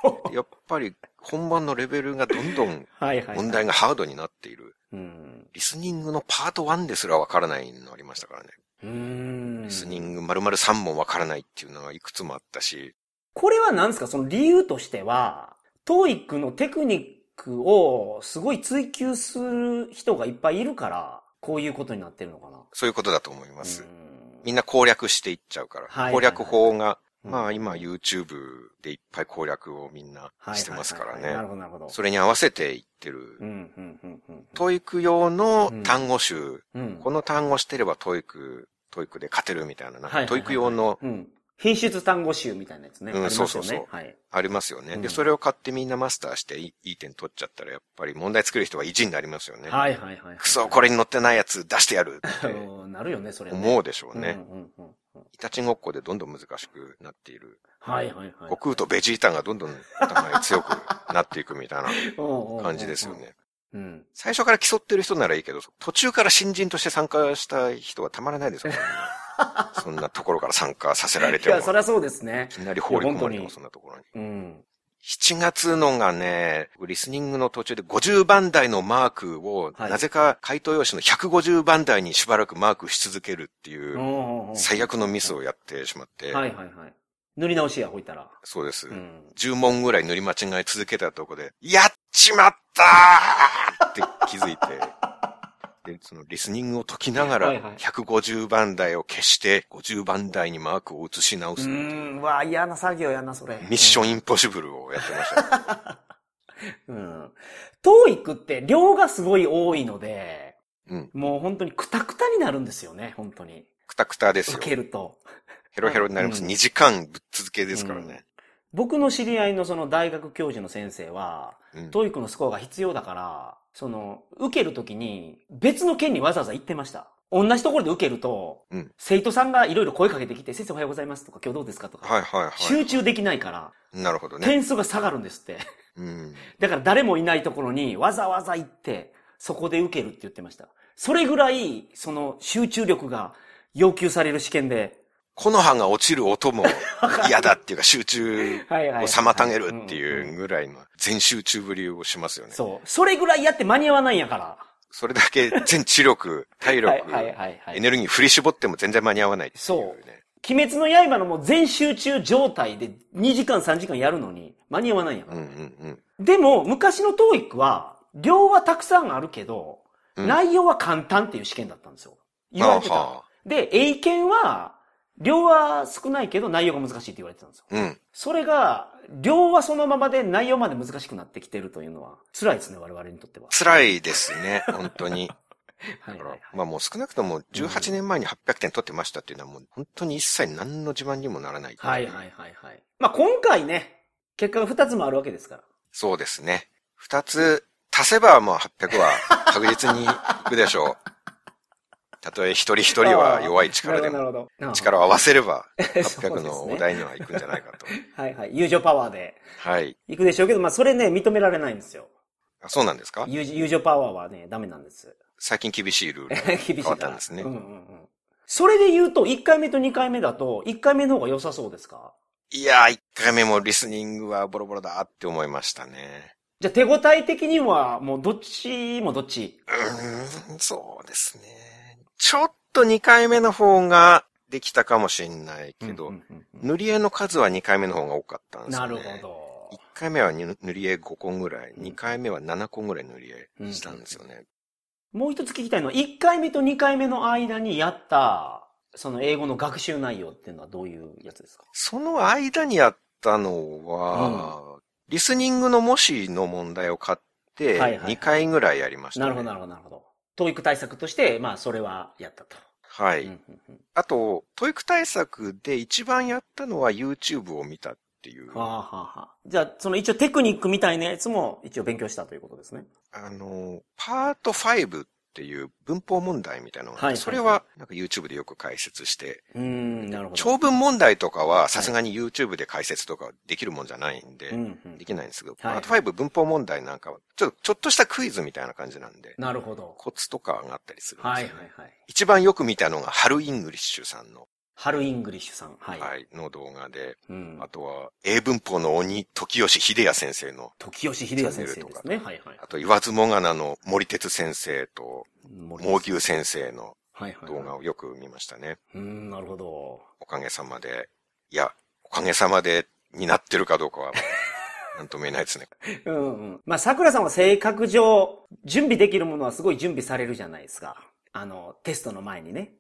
[SPEAKER 2] ほど。
[SPEAKER 1] やっぱり本番のレベルがどんどん
[SPEAKER 2] はいはいはい。
[SPEAKER 1] 問題がハードになっている。
[SPEAKER 2] うん。
[SPEAKER 1] リスニングのパート1ですらわからないのありましたからね。
[SPEAKER 2] うーん
[SPEAKER 1] リスニング丸々3問わからないっていうのがいくつもあったし、
[SPEAKER 2] これは何ですかその理由としては、トーイックのテクニックをすごい追求する人がいっぱいいるから、こういうことになってるのかな。
[SPEAKER 1] そういうことだと思います。
[SPEAKER 2] うん
[SPEAKER 1] みんな攻略していっちゃうから。
[SPEAKER 2] はい
[SPEAKER 1] 攻略法が、
[SPEAKER 2] うん
[SPEAKER 1] まあ今 YouTube でいっぱい攻略をみんなしてますから
[SPEAKER 2] はいはいはいな
[SPEAKER 1] ね。
[SPEAKER 2] るほど、なるほど。
[SPEAKER 1] それに合わせていってる。
[SPEAKER 2] うん、うん、うん、うん。
[SPEAKER 1] トイック用の単語集、
[SPEAKER 2] うん、
[SPEAKER 1] この単語してればトイック、トイックで勝てるみたいな、なん
[SPEAKER 2] はいはいは
[SPEAKER 1] か
[SPEAKER 2] い
[SPEAKER 1] トイック用の
[SPEAKER 2] うん。品質単語集みたいなやつね。
[SPEAKER 1] うん
[SPEAKER 2] ありますよ
[SPEAKER 1] そ
[SPEAKER 2] ね
[SPEAKER 1] うそうそう
[SPEAKER 2] はい。
[SPEAKER 1] ありますよね。
[SPEAKER 2] うん
[SPEAKER 1] で、それを買ってみんなマスターしていいいい点取っちゃったら、やっぱり問題作る人が意地になりますよね。
[SPEAKER 2] はいはいはい。
[SPEAKER 1] クソ、こ
[SPEAKER 2] れ。
[SPEAKER 1] れに乗ってないやつ出してやる って
[SPEAKER 2] なるよね、それはね。
[SPEAKER 1] 思うでしょうね。
[SPEAKER 2] うんうんうんうん。
[SPEAKER 1] いたちごっこでどんどん難しくなっている。
[SPEAKER 2] はいはいはい。
[SPEAKER 1] 悟空とベジータがどんどんお互い強くなっていくみたい な感じですよね。
[SPEAKER 2] うん。うん。
[SPEAKER 1] 最初から競ってる人ならいいけど、途中から新人として参加した人はたまらないです よね。そんなところから参加させられ
[SPEAKER 2] い
[SPEAKER 1] ても。
[SPEAKER 2] や、そりゃそうですね
[SPEAKER 1] い。きなり放り込まれ
[SPEAKER 2] いや本
[SPEAKER 1] て
[SPEAKER 2] 当
[SPEAKER 1] も
[SPEAKER 2] に
[SPEAKER 1] そんなところに。
[SPEAKER 2] うん。
[SPEAKER 1] 7月のがね、リスニングの途中で50番台のマークを、
[SPEAKER 2] はい
[SPEAKER 1] なぜか回答用紙の150番台にしばらくマークし続けるっていう、最
[SPEAKER 2] 悪。
[SPEAKER 1] 悪のミスをやってしまって、
[SPEAKER 2] はいはいはい。塗り直しや、ほいたら。
[SPEAKER 1] そうです、
[SPEAKER 2] うん。
[SPEAKER 1] 10問ぐらい塗り間違え続けたとこで、やっちまったーって 気づいて、で、そのリスニングを解きなが
[SPEAKER 2] はいは
[SPEAKER 1] ら、
[SPEAKER 2] い
[SPEAKER 1] 150番台を消して、50番台にマークを移し直
[SPEAKER 2] う
[SPEAKER 1] すっていう、
[SPEAKER 2] ん、うわ、嫌な作業やな、それ。
[SPEAKER 1] ミッションインポッシブルをやってました。
[SPEAKER 2] うん。トーイックって量がすごい多いので、
[SPEAKER 1] うん
[SPEAKER 2] もう本当にクタクタになるんですよね、本当に。
[SPEAKER 1] クタクタです
[SPEAKER 2] 受
[SPEAKER 1] よ。
[SPEAKER 2] けると。
[SPEAKER 1] ヘロヘロになります。
[SPEAKER 2] うん
[SPEAKER 1] 2時間ぶっ続けですからね。
[SPEAKER 2] 僕の知り合いのその大学教授の先生は、
[SPEAKER 1] うん
[SPEAKER 2] トーイックのスコアが必要だから、その、受けるときに別の県にわざわざ行ってました。同じところで受けると、
[SPEAKER 1] うん
[SPEAKER 2] 生徒さんがいろいろ声かけてきて、先生おはようございますとか、今日どうですかとか、
[SPEAKER 1] はいはいは
[SPEAKER 2] 集中できないから、
[SPEAKER 1] い。なるほどね。
[SPEAKER 2] 点数が下がるんですって。
[SPEAKER 1] うん。
[SPEAKER 2] だから誰もいないところにわざわざ行って、そこで受けるって言ってました。それぐらい、その集中力が要求される試験で、
[SPEAKER 1] 木の葉が落ちる音 も嫌だっていうか集中
[SPEAKER 2] はい
[SPEAKER 1] を
[SPEAKER 2] は
[SPEAKER 1] 妨げるって
[SPEAKER 2] んん
[SPEAKER 1] い
[SPEAKER 2] ん
[SPEAKER 1] うぐらいの全集中ぶりをしますよね。
[SPEAKER 2] そう。それぐらいやって間に合わないんやから。
[SPEAKER 1] それだけ全知力、体力、
[SPEAKER 2] はいは
[SPEAKER 1] エネルギー振り絞っても全然間に合わないっていうね。
[SPEAKER 2] 鬼滅の刃のもう全集中状態で2時間3時間やるのに間に合わないんやか
[SPEAKER 1] う
[SPEAKER 2] ら。
[SPEAKER 1] んうん
[SPEAKER 2] でも、昔の TOEIC は、量はたくさんあるけど、
[SPEAKER 1] うん。うん
[SPEAKER 2] 内容は簡単っていう試験だったんですよ。言われて
[SPEAKER 1] あは
[SPEAKER 2] た。で、英検は、量は少ないけど内容が難しいって言われてたんですよ。
[SPEAKER 1] うん。
[SPEAKER 2] それが、量はそのままで内容まで難しくなってきてるというのは、辛いですね、我々にとっては。
[SPEAKER 1] 辛いですね、本当に。
[SPEAKER 2] は
[SPEAKER 1] だか
[SPEAKER 2] いはいは
[SPEAKER 1] ら
[SPEAKER 2] い、
[SPEAKER 1] まあもう少なくとも18年前に800点取ってましたっていうのはもう本当に一切何の自慢にもならない。
[SPEAKER 2] はいはいはいはい。まあ今回ね、結果が2つもあるわけですから。
[SPEAKER 1] そうですね。二つ足せばもう800は確実にいくでしょう。 たとえ一人一人は弱い力で
[SPEAKER 2] なる
[SPEAKER 1] も、
[SPEAKER 2] ほど。なるほど
[SPEAKER 1] 力を合わせれば
[SPEAKER 2] そうで
[SPEAKER 1] 800
[SPEAKER 2] すね
[SPEAKER 1] のお題にはいくんじゃないかと。
[SPEAKER 2] はいはい。友情パワーで。
[SPEAKER 1] はい。
[SPEAKER 2] いくでしょうけど、まあそれね、認められないんですよ。
[SPEAKER 1] あそうなんですか
[SPEAKER 2] 友情友情パワーはね、ダメなんです。
[SPEAKER 1] 最近厳しいルールが
[SPEAKER 2] 厳しい
[SPEAKER 1] 変わ
[SPEAKER 2] か
[SPEAKER 1] った
[SPEAKER 2] ら。
[SPEAKER 1] んですね
[SPEAKER 2] うん。うんうん。それで言うと、1回目と2回目だと、1回目の方が良さそうですか
[SPEAKER 1] いやー、一回目もリスニングはボロボロだって思いましたね。
[SPEAKER 2] じゃあ手応え的には、もうどっちもどっち。
[SPEAKER 1] うーん、そうですね。ちょっと二回目の方ができたかもしんないけど、
[SPEAKER 2] うんうんうん
[SPEAKER 1] 塗り絵の数は二回目の方が多かったんです
[SPEAKER 2] な
[SPEAKER 1] よね。
[SPEAKER 2] るほ
[SPEAKER 1] 1
[SPEAKER 2] ど。
[SPEAKER 1] 回目は塗り絵5個ぐらい、
[SPEAKER 2] うん
[SPEAKER 1] 2回目は7個ぐらい塗り絵したんですよね。
[SPEAKER 2] もう一つ聞きたいのは、1回目と2回目の間にやった、その英語の学習内容っていうのはどういうやつですか
[SPEAKER 1] その間にやったのは、リスニングの模試の問題を買っ
[SPEAKER 2] はい
[SPEAKER 1] て、
[SPEAKER 2] はいはい
[SPEAKER 1] 2回ぐらいやりました、ね
[SPEAKER 2] なるほど、なるほど、なるほど。教育対策として、まあ、それはやったと。
[SPEAKER 1] は
[SPEAKER 2] うんう
[SPEAKER 1] い。
[SPEAKER 2] んうん
[SPEAKER 1] あと、教育対策で一番やったのは YouTube を見たっていう。
[SPEAKER 2] はあ、はあはあ、じゃあ、その一応テクニックみたいなやつも一応勉強したということですね。
[SPEAKER 1] あの、パート5っていう文法問題みたいなのがあって、
[SPEAKER 2] はいはいはい
[SPEAKER 1] それはなんか YouTube でよく解説して、
[SPEAKER 2] うーん、なるほど。
[SPEAKER 1] 長文問題とかはさすがに YouTube で解説とかできるもんじゃないんで、
[SPEAKER 2] うんうん
[SPEAKER 1] できないんですけど、
[SPEAKER 2] はい
[SPEAKER 1] パート5文法問題なんかは、ちょっと、ちょっとしたクイズみたいな感じなんで、
[SPEAKER 2] なるほど。
[SPEAKER 1] コツとかがあったりするんで
[SPEAKER 2] は
[SPEAKER 1] す
[SPEAKER 2] い
[SPEAKER 1] よ、
[SPEAKER 2] はい
[SPEAKER 1] ね
[SPEAKER 2] はい。
[SPEAKER 1] 一番よく見たのが、ハルイングリッシュさんの、
[SPEAKER 2] ハルイングリッシュさん。は。
[SPEAKER 1] はいい、の動画で、
[SPEAKER 2] うん
[SPEAKER 1] あ。とは、英文法の鬼、時吉秀也先生の、
[SPEAKER 2] 時吉秀也先生ですね。はいはい
[SPEAKER 1] あ。と、言わずもがなの森哲先生と、
[SPEAKER 2] 森
[SPEAKER 1] 猛牛先生の
[SPEAKER 2] はいはい。
[SPEAKER 1] 動画をよく見ましたね。
[SPEAKER 2] うーん、なるほど。
[SPEAKER 1] おかげさまで。いや、おかげさまでになってるかどうかは、なんとも言えないですね。
[SPEAKER 2] うんうん。まあ、桜さんは性格上、準備できるものはすごい準備されるじゃないですか。あの、テストの前にね。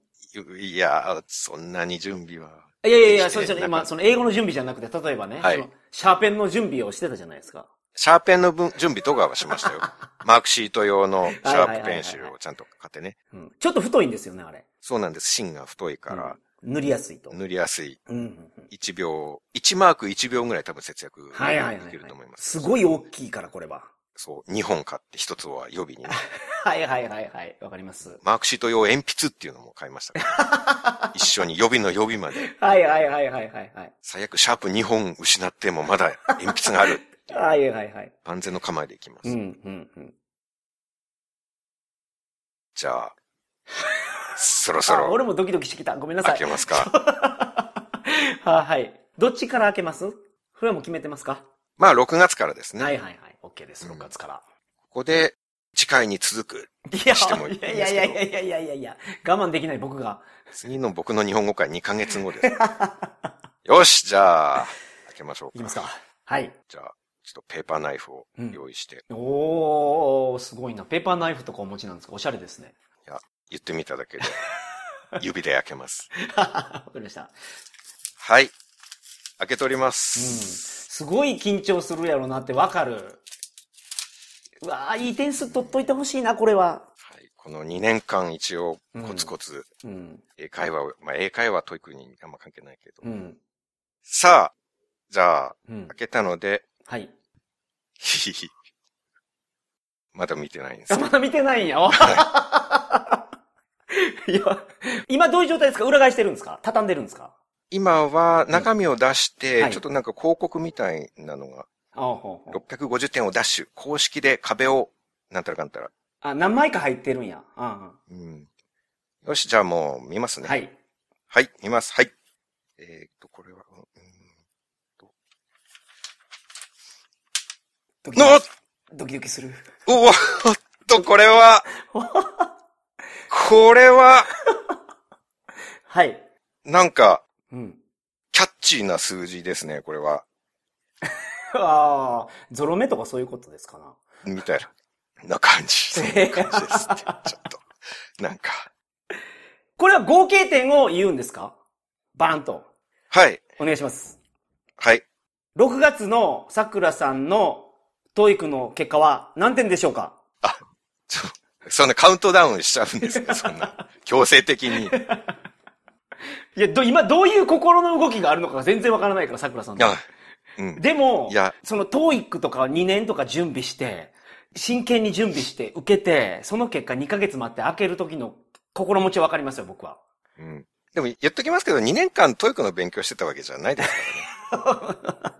[SPEAKER 1] いや、そんなに準備は。
[SPEAKER 2] いやいやい
[SPEAKER 1] で
[SPEAKER 2] や、
[SPEAKER 1] き
[SPEAKER 2] そ
[SPEAKER 1] て
[SPEAKER 2] うじゃ
[SPEAKER 1] なん
[SPEAKER 2] 今、
[SPEAKER 1] か
[SPEAKER 2] その英語の準備じゃなくて、例えばね、
[SPEAKER 1] はい
[SPEAKER 2] そのシャーペンの準備をしてたじゃないですか。
[SPEAKER 1] シャーペンの分準備とかはしました よ。マークシート用のシャープペンシルをちゃんと買ってね。
[SPEAKER 2] うん。ちょっと太いんですよね、あれ。
[SPEAKER 1] そうなんです。芯が太いから、
[SPEAKER 2] うん塗りやすいと。
[SPEAKER 1] 塗りやすい。
[SPEAKER 2] うんうんうん。
[SPEAKER 1] 1秒、1マーク1秒ぐらい多分節約
[SPEAKER 2] はいはいはい、
[SPEAKER 1] で
[SPEAKER 2] は
[SPEAKER 1] き
[SPEAKER 2] い
[SPEAKER 1] ると思い。ます。
[SPEAKER 2] すごい大きいから、これは。
[SPEAKER 1] そう、2本買って1つは予備にね。
[SPEAKER 2] はいはいはいはい。わかります。
[SPEAKER 1] マークシート用鉛筆っていうのも買いま したから。一緒に予備の予備まで。
[SPEAKER 2] はいはいはいはいはいはい。
[SPEAKER 1] 最悪シャープ2本失ってもまだ鉛筆がある。
[SPEAKER 2] はいはいはい。
[SPEAKER 1] 万全の構えでいきます。
[SPEAKER 2] うんうんうん。
[SPEAKER 1] じゃあ、そろそ
[SPEAKER 2] あ、
[SPEAKER 1] ろ
[SPEAKER 2] 俺もドキドキしてきた。ごめんなさい。
[SPEAKER 1] 開けますか。
[SPEAKER 2] ははい。どっちから開けますそれはもう決めてますか
[SPEAKER 1] まあ6月からですね。
[SPEAKER 2] はいはいはい。OK です。
[SPEAKER 1] うん
[SPEAKER 2] 6月から。
[SPEAKER 1] ここで次回に続く
[SPEAKER 2] いや
[SPEAKER 1] してもいいん
[SPEAKER 2] い
[SPEAKER 1] です
[SPEAKER 2] や
[SPEAKER 1] けど
[SPEAKER 2] いやいやいやいやいやいやいや。我慢できない僕が。
[SPEAKER 1] 次の僕の日本語会2ヶ月後 です。よし、じゃあ、開けましょう
[SPEAKER 2] い
[SPEAKER 1] か。
[SPEAKER 2] きますか。はい。
[SPEAKER 1] じゃあ、ちょっとペーパーナイフを用意して、
[SPEAKER 2] おー、すごいな。ペーパーナイフとかお持ちなんですかおしゃれですね。
[SPEAKER 1] 言ってみただけで、指で開けます。
[SPEAKER 2] わかりました。
[SPEAKER 1] はい。開けとりま
[SPEAKER 2] うん。
[SPEAKER 1] す。
[SPEAKER 2] すごい緊張するやろなってわかる。うわー、いい点数取っといてほしいな、これは。
[SPEAKER 1] はい、この2年間一応、コツコツ、
[SPEAKER 2] うん。
[SPEAKER 1] 英会話を、まあ英会話はトイックにあんま関係ないけど。
[SPEAKER 2] うん。
[SPEAKER 1] さあ、じゃあ、
[SPEAKER 2] うん。
[SPEAKER 1] 開けたので、
[SPEAKER 2] はい。
[SPEAKER 1] ひひひ。まだ見てないんです
[SPEAKER 2] あ
[SPEAKER 1] けど
[SPEAKER 2] まだ見てないんや。いや、今どういう状態ですか裏返してるんですか畳んでるんですか
[SPEAKER 1] 今は中身を出して、
[SPEAKER 2] はい
[SPEAKER 1] ちょっとなんか広告みたいなのが、
[SPEAKER 2] あほうほう
[SPEAKER 1] 650点をダッシュ、公式で壁を、なんたらかんたら。
[SPEAKER 2] あ、何枚か入ってるんや。うん
[SPEAKER 1] うん。よし、じゃあもう見ます
[SPEAKER 2] うん
[SPEAKER 1] ね。。
[SPEAKER 2] はいい。
[SPEAKER 1] はい、見ます。はい。えーっと、これは、うん
[SPEAKER 2] ドキド
[SPEAKER 1] の
[SPEAKER 2] キドキドキする。
[SPEAKER 1] お おっと、これ は、これは、
[SPEAKER 2] はい。
[SPEAKER 1] なんか、
[SPEAKER 2] うん。
[SPEAKER 1] キャッチーな数字ですね、これは。
[SPEAKER 2] ああ、ゾロ目とかそういうことですかな。
[SPEAKER 1] みたいな感じ。そんな感じですって。ちょっと。なんか。
[SPEAKER 2] これは合計点を言うんですかバーンと。
[SPEAKER 1] はい。
[SPEAKER 2] お願いします。
[SPEAKER 1] はい。
[SPEAKER 2] 6月の桜さんの教育の結果は何点でしょうか
[SPEAKER 1] ちょそんなカウントダウンしちゃうんです ね、そんな。強制的に。
[SPEAKER 2] いや、ど、今どういう心の動きがあるのかが全然わからないから、桜さんの。
[SPEAKER 1] あうん。
[SPEAKER 2] でも、
[SPEAKER 1] いや
[SPEAKER 2] その TOEIC とか2年とか準備して、真剣に準備して受けて、その結果2ヶ月待って開ける時の心持ちわかりますよ、僕は。
[SPEAKER 1] うん。でも言っときますけど、2年間トイックの勉強してたわけじゃないですからね。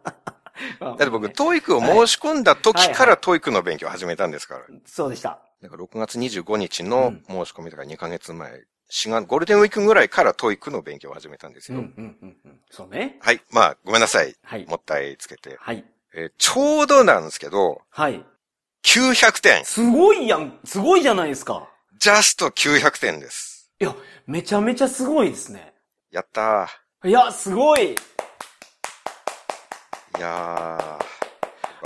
[SPEAKER 2] だっ
[SPEAKER 1] だって僕、トイックを申し込んだ時からトイックの勉強を始めたんですから。
[SPEAKER 2] そうでした。
[SPEAKER 1] だから6月25日の申し込みとから2ヶ月前、4月、ゴールデンウィークぐらいからトイックの勉強を始めたんです
[SPEAKER 2] う
[SPEAKER 1] よ。
[SPEAKER 2] ん、うん、うん。うんそうね。
[SPEAKER 1] はい。まあ、ごめんなさい。
[SPEAKER 2] はい。
[SPEAKER 1] もったいつけて。
[SPEAKER 2] はい。
[SPEAKER 1] えーちょうどなんですけど、
[SPEAKER 2] はい。
[SPEAKER 1] 900点。
[SPEAKER 2] すごいやん。すごいじゃないですか。
[SPEAKER 1] ジャスト900点です。
[SPEAKER 2] いや、めちゃめちゃすごいですね。
[SPEAKER 1] やった
[SPEAKER 2] いや、すごい。
[SPEAKER 1] ー。いやー。よか